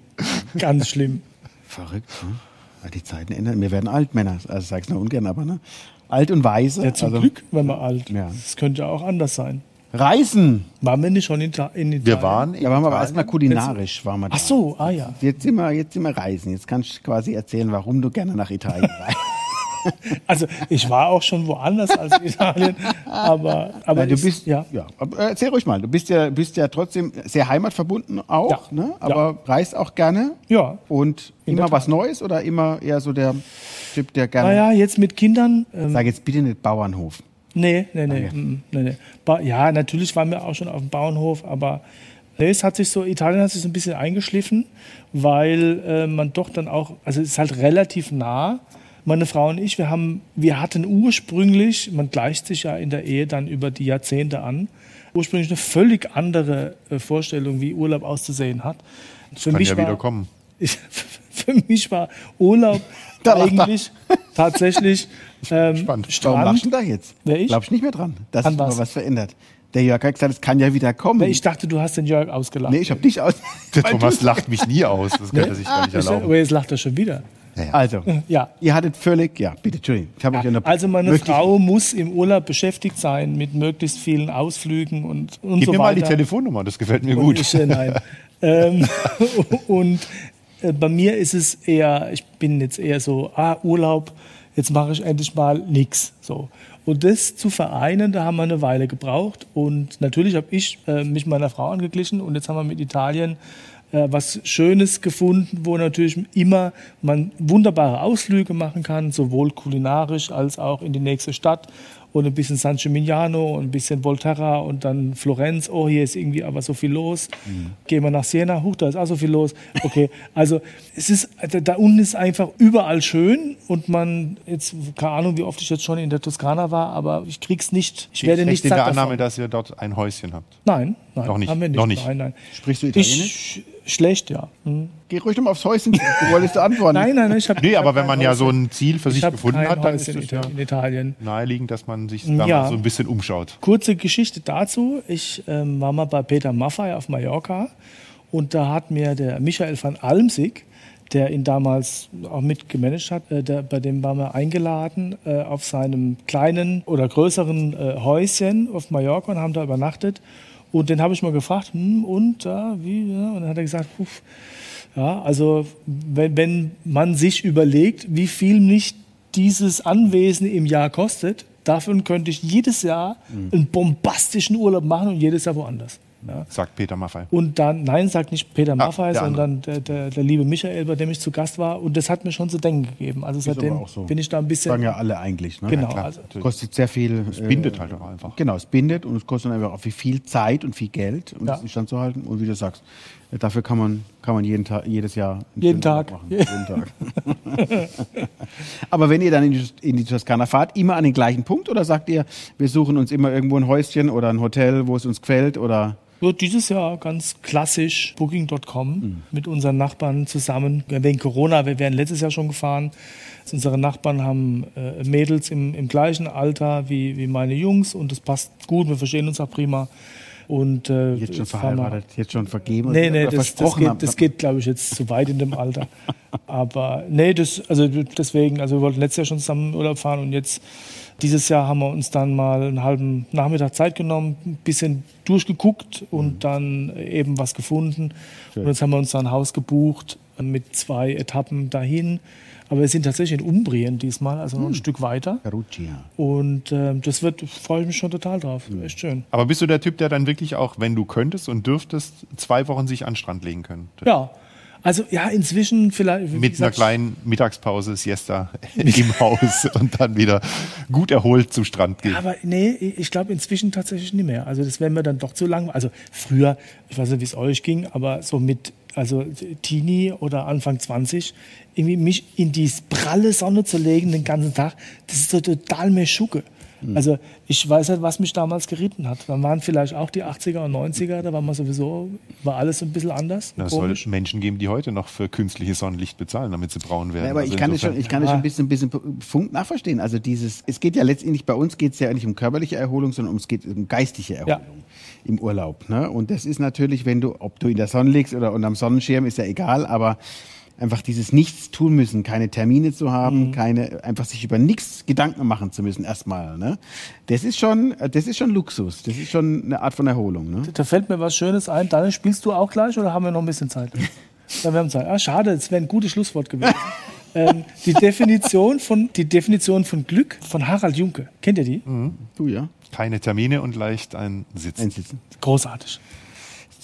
Speaker 4: Ganz schlimm.
Speaker 2: Verrückt. Ne? Ja, Die Zeiten ändern. Wir werden alt, Männer. Also ich sag's nur ungern, aber ne? alt und weise.
Speaker 4: Ja, zum
Speaker 2: also,
Speaker 4: Glück, wenn man alt.
Speaker 2: Ja.
Speaker 4: Das könnte ja auch anders sein.
Speaker 2: Reisen.
Speaker 4: Waren wir nicht schon in, Ita- in Italien?
Speaker 3: Wir waren in
Speaker 2: Da waren wir aber
Speaker 3: Italien.
Speaker 2: erstmal kulinarisch. Waren wir da.
Speaker 4: Ach so, ah ja.
Speaker 2: Jetzt sind, wir, jetzt sind wir reisen. Jetzt kannst du quasi erzählen, warum du gerne nach Italien reist.
Speaker 4: Also ich war auch schon woanders als in Italien, aber, aber
Speaker 2: Weil du
Speaker 4: ich-
Speaker 2: bist,
Speaker 4: ja.
Speaker 2: ja. aber äh, erzähl ruhig mal. Du bist ja, bist ja trotzdem sehr heimatverbunden auch,
Speaker 4: Ja.
Speaker 2: ne? aber reist auch gerne.
Speaker 4: Ja.
Speaker 2: Und
Speaker 4: der
Speaker 2: immer was Neues oder immer eher so der Typ, der gerne.
Speaker 4: Naja, Ah jetzt mit Kindern. Ähm,
Speaker 2: Sag jetzt bitte nicht Bauernhof.
Speaker 4: nee, nee,
Speaker 2: Ah,
Speaker 4: nee, mm, nee, nee. Ba ja, natürlich waren wir auch schon auf dem Bauernhof, aber nee, es hat sich so, Italien hat sich so ein bisschen eingeschliffen, weil äh, man doch dann auch, also es ist halt relativ nah. Meine Frau und ich, wir haben, wir hatten ursprünglich, man gleicht sich ja in der Ehe dann über die Jahrzehnte an, ursprünglich eine völlig andere äh, Vorstellung, wie Urlaub auszusehen hat. Für
Speaker 3: Kann ja
Speaker 4: war-
Speaker 3: wieder kommen.
Speaker 4: ich, für mich war Urlaub
Speaker 2: Da lacht er.
Speaker 4: eigentlich tatsächlich ähm,
Speaker 3: Spannend.
Speaker 2: Warum lachst du
Speaker 4: Strand.
Speaker 2: da jetzt?
Speaker 4: Wer, ich?
Speaker 2: Glaubst du nicht mehr dran, dass
Speaker 4: An
Speaker 2: sich mal
Speaker 4: was?
Speaker 2: was verändert? Der Jörg hat gesagt, es kann ja wieder kommen.
Speaker 4: Ich dachte, du hast den Jörg ausgelacht.
Speaker 2: nee, ich hab dich aus.
Speaker 3: Der
Speaker 2: Weil
Speaker 3: Thomas lacht mich nie aus. Das kann er sich gar nicht
Speaker 4: Ich-
Speaker 3: erlauben.
Speaker 4: aber Oh, jetzt lacht er schon wieder. Hm,
Speaker 2: du- Also,
Speaker 4: Ja.
Speaker 2: ihr hattet völlig, ja, bitte, Entschuldigung. Ich hab euch unterbrochen.
Speaker 4: Also meine
Speaker 2: Möchte ich-
Speaker 4: Frau muss im Urlaub beschäftigt sein mit möglichst vielen Ausflügen und, und
Speaker 3: Gib
Speaker 4: so
Speaker 3: mir
Speaker 4: weiter.
Speaker 3: mal die Telefonnummer, das gefällt mir gut.
Speaker 4: Ich, äh, nein. ähm, und äh, bei mir ist es eher, ich bin jetzt eher so, ah, Urlaub, jetzt mache ich endlich mal nichts. So. Und das zu vereinen, da haben wir eine Weile gebraucht. Und natürlich habe ich äh, mich meiner Frau angeglichen und jetzt haben wir mit Italien äh, was Schönes gefunden, wo natürlich immer man wunderbare Ausflüge machen kann, sowohl kulinarisch als auch in die nächste Stadt und ein bisschen San Gimignano und ein bisschen Volterra und dann Florenz. Oh, hier ist irgendwie aber so viel los.
Speaker 3: Mhm.
Speaker 4: Gehen wir nach Siena. Huch, da ist auch so viel los. Okay, also es ist, da, da unten ist einfach überall schön und man, jetzt, keine Ahnung, wie oft ich jetzt schon in der Toskana war, aber ich krieg's nicht, ich
Speaker 3: Ich
Speaker 4: werde nicht
Speaker 3: in
Speaker 4: satt
Speaker 3: der
Speaker 4: davon.
Speaker 3: Annahme, dass ihr dort ein Häuschen habt.
Speaker 4: Nein, nein,
Speaker 3: Noch nicht,
Speaker 4: haben wir nicht.
Speaker 3: noch nicht.
Speaker 4: Nein, nein.
Speaker 2: Sprichst du Italienisch?
Speaker 4: Ich, schlecht, ja. Hm.
Speaker 2: Geh ruhig nochmal aufs Häuschen. Du wolltest du antworten.
Speaker 4: Nein, nein, nein, ich habe
Speaker 3: Nee, aber wenn man ja so ein Ziel für sich
Speaker 4: ich hab
Speaker 3: gefunden
Speaker 4: kein
Speaker 3: hat, dann
Speaker 4: Haus
Speaker 3: ist
Speaker 4: in,
Speaker 3: es ja
Speaker 4: Italien, in Italien.
Speaker 3: naheliegend, dass man sich da
Speaker 4: Ja.
Speaker 3: mal so ein bisschen umschaut.
Speaker 4: Kurze Geschichte dazu. Ich ähm, war mal bei Peter Maffay auf Mallorca und da hat mir der Michael van Almsig, der ihn damals auch mitgemanagt hat, äh, der, bei dem waren wir eingeladen äh, auf seinem kleinen oder größeren äh, Häuschen auf Mallorca und haben da übernachtet. Und den habe ich mal gefragt, hm, und ja, wie? Ja? Und dann hat er gesagt, uff, ja, also wenn, wenn man sich überlegt, wie viel mich dieses Anwesen im Jahr kostet, davon könnte ich jedes Jahr einen bombastischen Urlaub machen und jedes Jahr woanders. Ja.
Speaker 3: Sagt Peter Maffay.
Speaker 4: Und dann, nein, sagt nicht Peter Maffay,
Speaker 3: der andere.
Speaker 4: sondern der, der, der liebe Michael, bei dem ich zu Gast war. Und das hat mir schon zu denken gegeben. Also seitdem
Speaker 2: auch so.
Speaker 4: bin ich da ein bisschen.
Speaker 2: Sagen ja alle eigentlich. Ne?
Speaker 4: genau,
Speaker 3: klar.
Speaker 4: also,
Speaker 2: Kostet sehr viel. Es
Speaker 3: bindet halt auch einfach.
Speaker 2: Genau, es bindet und es kostet einfach auch viel- viel Zeit und viel Geld, um
Speaker 4: Ja.
Speaker 2: das instand zu halten. Und wie du sagst, äh, dafür kann man, kann man jeden Tag, jedes Jahr. einen
Speaker 4: Jeden
Speaker 2: schönen Urlaub
Speaker 4: Tag.
Speaker 2: Machen. jeden Tag. Aber wenn ihr dann in die, in die Toskana fahrt, immer an den gleichen Punkt oder sagt ihr, wir suchen uns immer irgendwo ein Häuschen oder ein Hotel, wo es uns gefällt oder.
Speaker 4: Ja, dieses Jahr ganz klassisch Booking.com
Speaker 2: Mhm.
Speaker 4: mit unseren Nachbarn zusammen. Wegen Corona, wir wären letztes Jahr schon gefahren. Unsere Nachbarn haben äh, Mädels im, im gleichen Alter wie, wie meine Jungs und das passt gut, wir verstehen uns auch prima. Und, äh,
Speaker 2: Jetzt schon
Speaker 4: fahren wir-
Speaker 2: verheiratet, jetzt schon vergeben.
Speaker 4: Nee, nee,
Speaker 2: oder
Speaker 4: das, das
Speaker 2: versprochen
Speaker 4: geht,
Speaker 2: habt.
Speaker 4: das geht glaube ich, jetzt zu weit in dem Alter. Aber nee, das, also deswegen, also wir wollten letztes Jahr schon zusammen in Urlaub fahren und jetzt dieses Jahr haben wir uns dann mal einen halben Nachmittag Zeit genommen, ein bisschen durchgeguckt und
Speaker 3: Mhm.
Speaker 4: dann eben was gefunden. Und jetzt haben wir uns dann ein Haus gebucht mit zwei Etappen dahin. Aber wir sind tatsächlich in Umbrien diesmal, also
Speaker 3: Hm.
Speaker 4: noch ein Stück weiter.
Speaker 2: Perugia.
Speaker 4: Und ähm, das wird, freue ich mich schon total drauf. Echt schön.
Speaker 3: Aber bist du der Typ, der dann wirklich auch, wenn du könntest und dürftest, zwei Wochen sich an den Strand legen könnte?
Speaker 4: Ja. Also ja, inzwischen vielleicht. wie
Speaker 3: Mit einer
Speaker 4: gesagt,
Speaker 3: kleinen Mittagspause, Siesta im Haus und dann wieder gut erholt zum Strand gehen.
Speaker 4: Aber nee, ich glaube inzwischen tatsächlich nicht mehr. Also das wäre mir dann doch zu lang. Also früher, ich weiß nicht, wie es euch ging, aber so mit also Teenie oder Anfang 20, irgendwie mich in die pralle Sonne zu legen den ganzen Tag, das ist so total mehr Schucke. Also ich weiß halt, was mich damals geritten hat. Dann waren vielleicht auch die 80er und 90er, da war man sowieso, war alles ein bisschen anders.
Speaker 3: Na, es soll
Speaker 4: komisch.
Speaker 3: Menschen geben, die heute noch für künstliches Sonnenlicht bezahlen, damit sie braun werden.
Speaker 2: Ja, aber
Speaker 3: Also
Speaker 2: ich kann das
Speaker 3: insofern-
Speaker 2: schon, ich kann das schon ein bisschen, ein bisschen Funk nachverstehen. Also dieses, es geht ja letztendlich bei uns geht es ja nicht um körperliche Erholung, sondern um, es geht um geistige Erholung im Urlaub. Ne? Und das ist natürlich, wenn du, ob du in der Sonne liegst oder unterm Sonnenschirm, ist ja egal, aber einfach dieses Nichts tun müssen, keine Termine zu haben, keine, einfach sich über nichts Gedanken machen zu müssen erstmal. Ne? Das ist schon, das ist schon Luxus. Das ist schon eine Art von Erholung. Ne?
Speaker 4: Da fällt mir was Schönes ein. Dann spielst du auch gleich oder haben wir noch ein bisschen Zeit? Dann wir haben Zeit. Ah, schade, das wäre ein gutes Schlusswort gewesen. ähm, die, Definition von, die Definition von Glück von Harald Junke. Kennt ihr die?
Speaker 3: Mhm.
Speaker 2: Du ja,
Speaker 3: Keine Termine und leicht ein Sitz.
Speaker 2: einsitzen.
Speaker 4: Großartig.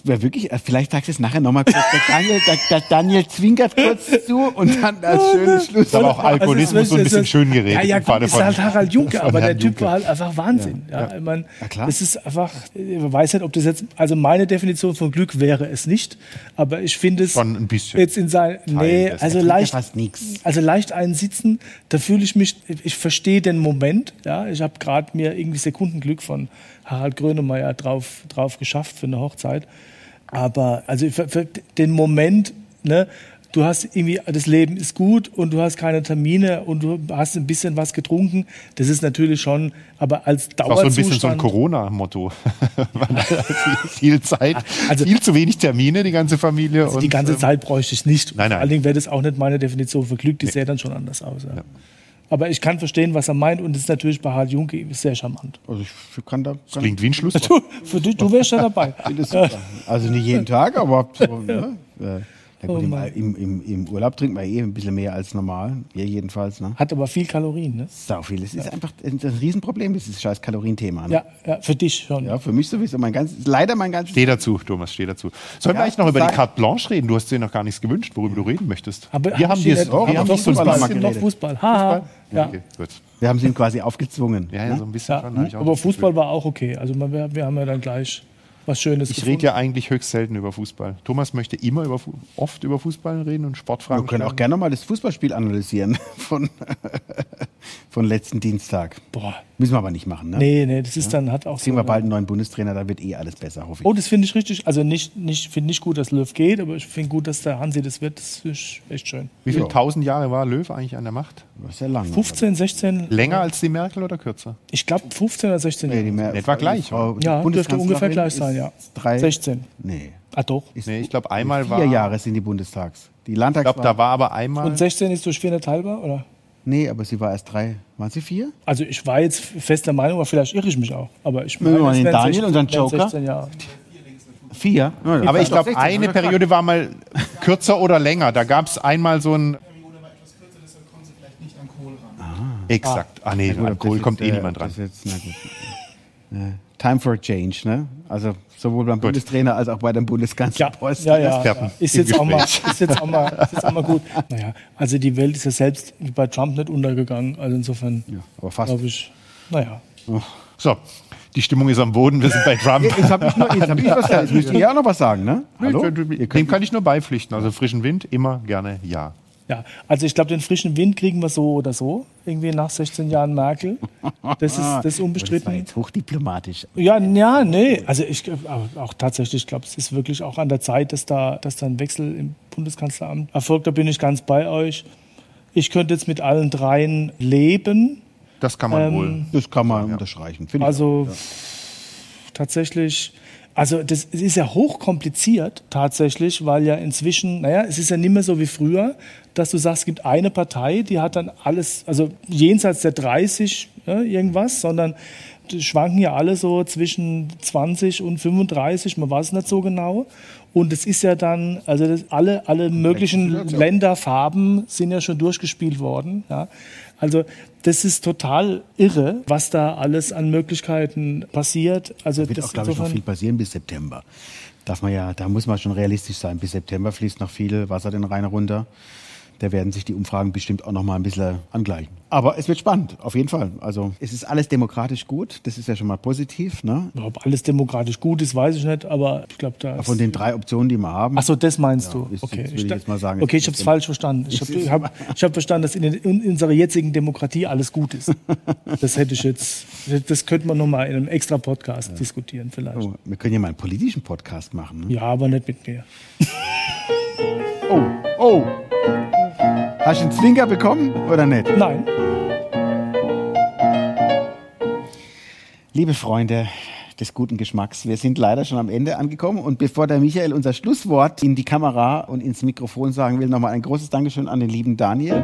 Speaker 2: Wäre wirklich, äh, vielleicht sagst du es nachher nochmal kurz. Der Daniel, der, der Daniel zwinkert kurz zu und dann als schönes Schluss.
Speaker 3: ist aber auch Alkoholismus
Speaker 4: Also es ist
Speaker 3: so ein bisschen schön
Speaker 4: wirklich- Ja,
Speaker 3: geredet.
Speaker 4: ja,
Speaker 3: im Falle
Speaker 4: gut, ist
Speaker 3: von-
Speaker 4: halt Harald Junke,
Speaker 3: von
Speaker 4: aber
Speaker 3: Herrn
Speaker 4: der Typ
Speaker 3: Juncker.
Speaker 4: war halt einfach Wahnsinn. Ja, Ich mein,
Speaker 2: Ja, klar.
Speaker 4: Es ist einfach, ich weiß nicht, ob das jetzt, also meine Definition von Glück wäre es nicht, aber ich finde es
Speaker 3: Schon ein bisschen.
Speaker 4: jetzt in sein, nee,
Speaker 3: des-
Speaker 4: also
Speaker 2: Er trinkt ja
Speaker 4: leicht,
Speaker 2: fast nichts.
Speaker 4: also leicht einsitzen, da fühle ich mich, ich verstehe den Moment, ja, ich habe gerade mir irgendwie Sekundenglück von Harald Grönemeyer drauf, drauf geschafft für eine Hochzeit, aber also für, für den Moment, ne, du hast irgendwie, das Leben ist gut und du hast keine Termine und du hast ein bisschen was getrunken, das ist natürlich schon, aber als
Speaker 3: Auch so
Speaker 4: Dauerzustand...
Speaker 3: ein bisschen so ein Corona-Motto. Man hat viel- viel Zeit,
Speaker 4: Also-
Speaker 3: viel zu wenig Termine, die ganze Familie. und,
Speaker 4: die ganze
Speaker 3: ähm,
Speaker 4: Zeit bräuchte ich nicht.
Speaker 3: Nein, nein.
Speaker 4: Vor allen Dingen wäre das auch nicht meine Definition von Glück, die sähe dann schon anders aus. Ja. Aber ich kann verstehen, was er meint und das ist natürlich bei Harald Junke sehr charmant.
Speaker 2: Also ich kann da. Kann
Speaker 3: Klingt wie ein Schluss.
Speaker 4: Du, für dich, du wärst ja dabei. Äh,
Speaker 2: das super. Also nicht jeden Tag, aber so, ne? Äh, Na gut,
Speaker 4: Oh
Speaker 2: im,
Speaker 4: Mann.
Speaker 2: im, im, im Urlaub trinkt man eh ein bisschen mehr als normal. Wir jedenfalls, ne?
Speaker 4: Hat aber viel Kalorien, ne?
Speaker 2: Sau viel. Das ist einfach ein, ein Riesenproblem, dieses scheiß Kalorienthema. Ne?
Speaker 4: Ja, ja für dich schon.
Speaker 2: ja, für mich sowieso. Mein ganz, leider mein ganzes.
Speaker 3: Steh dazu, Thomas, steh dazu. Sollen
Speaker 2: Ja,
Speaker 3: wir eigentlich noch über
Speaker 2: sag-
Speaker 3: die Carte Blanche reden? Du hast dir noch gar nichts gewünscht, worüber du reden möchtest.
Speaker 4: Aber
Speaker 3: wir haben
Speaker 4: ich
Speaker 3: dir
Speaker 4: nicht-
Speaker 2: wir
Speaker 4: aber
Speaker 2: haben
Speaker 4: doch
Speaker 2: dies
Speaker 4: Fußball,
Speaker 2: mal
Speaker 4: bisschen noch
Speaker 2: geredet.
Speaker 4: Fußball. Haha. Ja.
Speaker 3: Okay, gut.
Speaker 2: Wir haben sie ihm quasi aufgezwungen.
Speaker 3: Ja, ja, so ein bisschen
Speaker 4: Ja.
Speaker 3: schon. hab ich auch
Speaker 4: Aber
Speaker 3: das
Speaker 4: Fußball
Speaker 3: Gefühl.
Speaker 4: war auch okay. Also man- wir, wir haben ja dann gleich was Schönes
Speaker 3: Ich rede ja eigentlich höchst selten über Fußball. Thomas möchte immer über, Fu- oft über Fußball reden und Sportfragen.
Speaker 2: Wir können auch
Speaker 3: stellen.
Speaker 2: gerne nochmal das Fußballspiel analysieren von, von letzten Dienstag.
Speaker 4: Boah.
Speaker 2: Müssen wir aber nicht machen, ne?
Speaker 4: Nee, nee, das ist dann, hat auch
Speaker 2: Kriegen
Speaker 4: so
Speaker 2: wir
Speaker 4: eine-
Speaker 2: bald einen neuen Bundestrainer, dann wird eh alles besser, hoffe ich.
Speaker 4: Oh, das finde ich richtig. Also nicht, nicht, finde nicht gut, dass Löw geht, aber ich finde gut, dass der Hansi das wird. Das ist echt schön.
Speaker 3: Wie viele
Speaker 2: Ja.
Speaker 3: tausend Jahre war Löw eigentlich an der Macht?
Speaker 2: Das ist ja lang.
Speaker 4: 15, 16,
Speaker 3: Länger als die Merkel oder kürzer?
Speaker 4: ich glaube 15 oder 16
Speaker 2: Nee,
Speaker 4: Jahre.
Speaker 2: die mehr,
Speaker 3: Etwa
Speaker 2: die
Speaker 3: gleich,
Speaker 2: Frau- die
Speaker 4: Ja, dürfte
Speaker 2: Bundeskanzlerin
Speaker 4: ungefähr gleich sein,
Speaker 2: ist
Speaker 4: ja.
Speaker 2: Drei,
Speaker 4: 16.
Speaker 2: Nee.
Speaker 4: Ah doch.
Speaker 2: Ist
Speaker 3: Nee, ich glaube, einmal
Speaker 2: vier
Speaker 3: war.
Speaker 2: Jahre sind die Bundestags. Die
Speaker 3: Ich glaube,
Speaker 2: Landtagswahl.
Speaker 3: da war aber einmal.
Speaker 4: Und 16 ist durch vier nicht teilbar, oder?
Speaker 2: nee, aber sie war erst drei. Waren sie vier?
Speaker 4: Also ich war jetzt fest der Meinung, aber vielleicht irre ich mich auch. Aber ich
Speaker 2: Nehmen wir mal
Speaker 4: es
Speaker 2: den
Speaker 4: wären
Speaker 2: Daniel und dann
Speaker 4: wären
Speaker 2: Joker.
Speaker 4: 16 Jahre.
Speaker 2: Vier? Ja,
Speaker 3: Aber ich
Speaker 2: doch,
Speaker 3: glaube,
Speaker 2: 16,
Speaker 3: eine
Speaker 2: haben wir
Speaker 3: Periode war mal kürzer oder länger. Da gab es einmal so ein. Exakt. Ah, nee,
Speaker 2: gesagt.
Speaker 3: an Kohl
Speaker 2: Das
Speaker 3: kommt
Speaker 2: ist,
Speaker 3: eh
Speaker 2: äh,
Speaker 3: niemand dran.
Speaker 2: das ist jetzt- na gut. Ja. Time for a change, ne? Also sowohl beim Bundestrainer als auch bei dem
Speaker 4: Ja,
Speaker 2: Bundeskanzlerposten.
Speaker 4: ja, ja,
Speaker 3: Experten
Speaker 4: ja. Ist,
Speaker 3: im
Speaker 4: jetzt auch mal,
Speaker 3: Gespräch.
Speaker 4: ist, jetzt auch mal, ist jetzt auch mal gut. Naja, also die Welt ist ja selbst bei Trump nicht untergegangen. Also insofern
Speaker 2: aber fast.
Speaker 4: glaube ich, naja.
Speaker 3: So, die Stimmung ist am Boden. Wir sind bei Trump.
Speaker 2: Jetzt habe ich, noch- jetzt hab ich was gesagt. Jetzt müsst ihr ja auch noch was sagen, ne? Hallo? Ihr
Speaker 3: Dem
Speaker 2: könnt,
Speaker 3: kann ich nur beipflichten. Also frischen Wind, immer gerne ja.
Speaker 4: Ja, also ich glaube, den frischen Wind kriegen wir so oder so. Irgendwie nach 16 Jahren Merkel. Das ist, das ist
Speaker 2: Ah, das war
Speaker 4: unbestritten.
Speaker 2: jetzt hochdiplomatisch.
Speaker 4: Ja, ja, nee. Also ich aber auch tatsächlich, ich glaube, es ist wirklich auch an der Zeit, dass da, dass da ein Wechsel im Bundeskanzleramt erfolgt. Da bin ich ganz bei euch. Ich könnte jetzt mit allen dreien leben.
Speaker 3: Das kann man wohl.
Speaker 2: Das kann man unterstreichen. finde ich.
Speaker 4: Also tatsächlich, also das es ist ja hochkompliziert tatsächlich, weil ja inzwischen, naja, es ist ja nicht mehr so wie früher, dass du sagst, es gibt eine Partei, die hat dann alles, also jenseits der 30 ja, irgendwas, sondern die schwanken ja alle so zwischen 20 und 35, man weiß es nicht so genau. Und es ist ja dann, also das, alle, alle möglichen Länder, Farben sind ja schon durchgespielt worden. Ja. Also das ist total irre, was da alles an Möglichkeiten passiert. Also
Speaker 2: Wird
Speaker 4: das
Speaker 2: auch, glaube ich, noch
Speaker 4: insofern-
Speaker 2: viel passieren bis September. Darf man ja, da muss man schon realistisch sein. Bis September fließt noch viel Wasser den Rhein runter. Da werden sich die Umfragen bestimmt auch noch mal ein bisschen angleichen. Aber es wird spannend, auf jeden Fall. Also es ist alles demokratisch gut, das ist ja schon mal positiv. Ne?
Speaker 4: Ob alles demokratisch gut ist, weiß ich nicht, aber ich glaube, da ist.
Speaker 2: Von den drei Optionen, die wir haben.
Speaker 4: Ach so, das meinst du.
Speaker 2: das- das
Speaker 4: Okay,
Speaker 2: würde ich jetzt mal sagen.
Speaker 4: okay ich habe es falsch verstanden. Ich habe hab, ich hab verstanden, dass in, den, in unserer jetzigen Demokratie alles gut ist. Das hätte ich jetzt, das könnte man nochmal in einem extra Podcast diskutieren vielleicht.
Speaker 2: Oh, wir können ja mal einen politischen Podcast machen. Ne?
Speaker 4: Ja, aber nicht mit mir.
Speaker 2: Oh, oh. Hast du einen Stinker bekommen oder nicht?
Speaker 4: Nein,
Speaker 2: Liebe Freunde des guten Geschmacks, wir sind leider schon am Ende angekommen. Und bevor der Michael unser Schlusswort in die Kamera und ins Mikrofon sagen will, nochmal ein großes Dankeschön an den lieben Daniel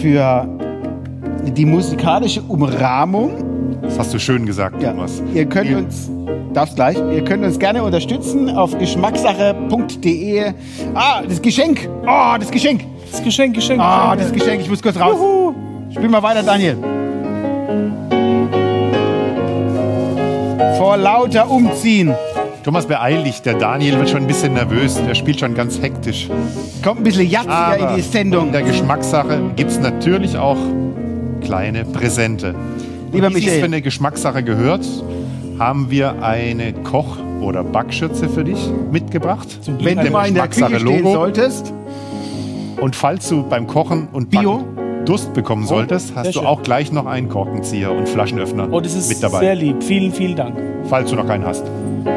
Speaker 2: für die musikalische Umrahmung.
Speaker 3: Das hast du schön gesagt,
Speaker 2: Ja,
Speaker 3: Thomas.
Speaker 2: ihr könnt
Speaker 3: Ihr-
Speaker 2: uns, darf's gleich, ihr könnt uns gerne unterstützen auf geschmackssache.de. Ah, das Geschenk! Oh, das Geschenk!
Speaker 4: das Geschenk, Geschenk.
Speaker 2: Ah, das
Speaker 4: Geschenk.
Speaker 2: Geschenk, ich muss kurz raus. Spiel mal weiter, Daniel. Vor lauter Umziehen.
Speaker 3: Thomas beeil dich, der Daniel wird schon ein bisschen nervös, der spielt schon ganz hektisch.
Speaker 2: Kommt ein bisschen jatziger in die
Speaker 3: in
Speaker 2: Sendung.
Speaker 3: der Geschmackssache gibt es natürlich auch kleine Präsente.
Speaker 2: Lieber
Speaker 3: Wie sich's
Speaker 2: Michael.
Speaker 3: für eine Geschmackssache gehört, haben wir eine Koch- oder Backschürze für dich mitgebracht.
Speaker 4: Zum Glück
Speaker 2: Wenn
Speaker 4: hat
Speaker 2: du
Speaker 4: er-
Speaker 2: mal in der Küche
Speaker 3: Geschmackssache
Speaker 2: stehen
Speaker 3: Logo.
Speaker 2: solltest.
Speaker 3: Und falls du beim Kochen und Backen
Speaker 2: Bio? Oh,
Speaker 3: Durst bekommen solltest, hast
Speaker 4: sehr
Speaker 3: du
Speaker 4: schön.
Speaker 3: auch gleich noch einen Korkenzieher und Flaschenöffner
Speaker 4: Oh, das ist
Speaker 3: mit dabei,
Speaker 4: sehr lieb. Vielen, vielen Dank.
Speaker 3: falls du noch keinen hast.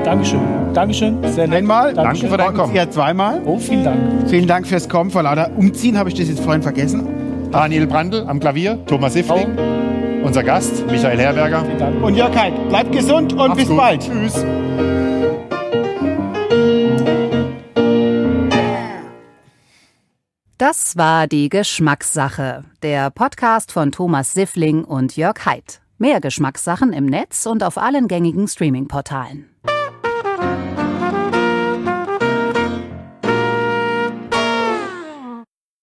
Speaker 4: Dankeschön. Dankeschön. Sehr nett.
Speaker 2: Einmal.
Speaker 3: Danke für dein Kommen.
Speaker 2: Ja, zweimal.
Speaker 4: Oh, vielen Dank.
Speaker 2: Vielen Dank fürs Kommen. Vor lauter Umziehen habe ich das jetzt vorhin vergessen.
Speaker 3: Daniel Brandl am Klavier, Thomas Siffling, unser Gast, Michael Herberger.
Speaker 4: Vielen Dank.
Speaker 2: Und Jörg Heid, bleibt gesund und
Speaker 3: Macht's
Speaker 2: bis
Speaker 3: gut.
Speaker 2: bald.
Speaker 3: Tschüss.
Speaker 1: Das war die Geschmackssache, der Podcast von Thomas Siffling und Jörg Haidt. Mehr Geschmackssachen im Netz und auf allen gängigen Streaming-Portalen.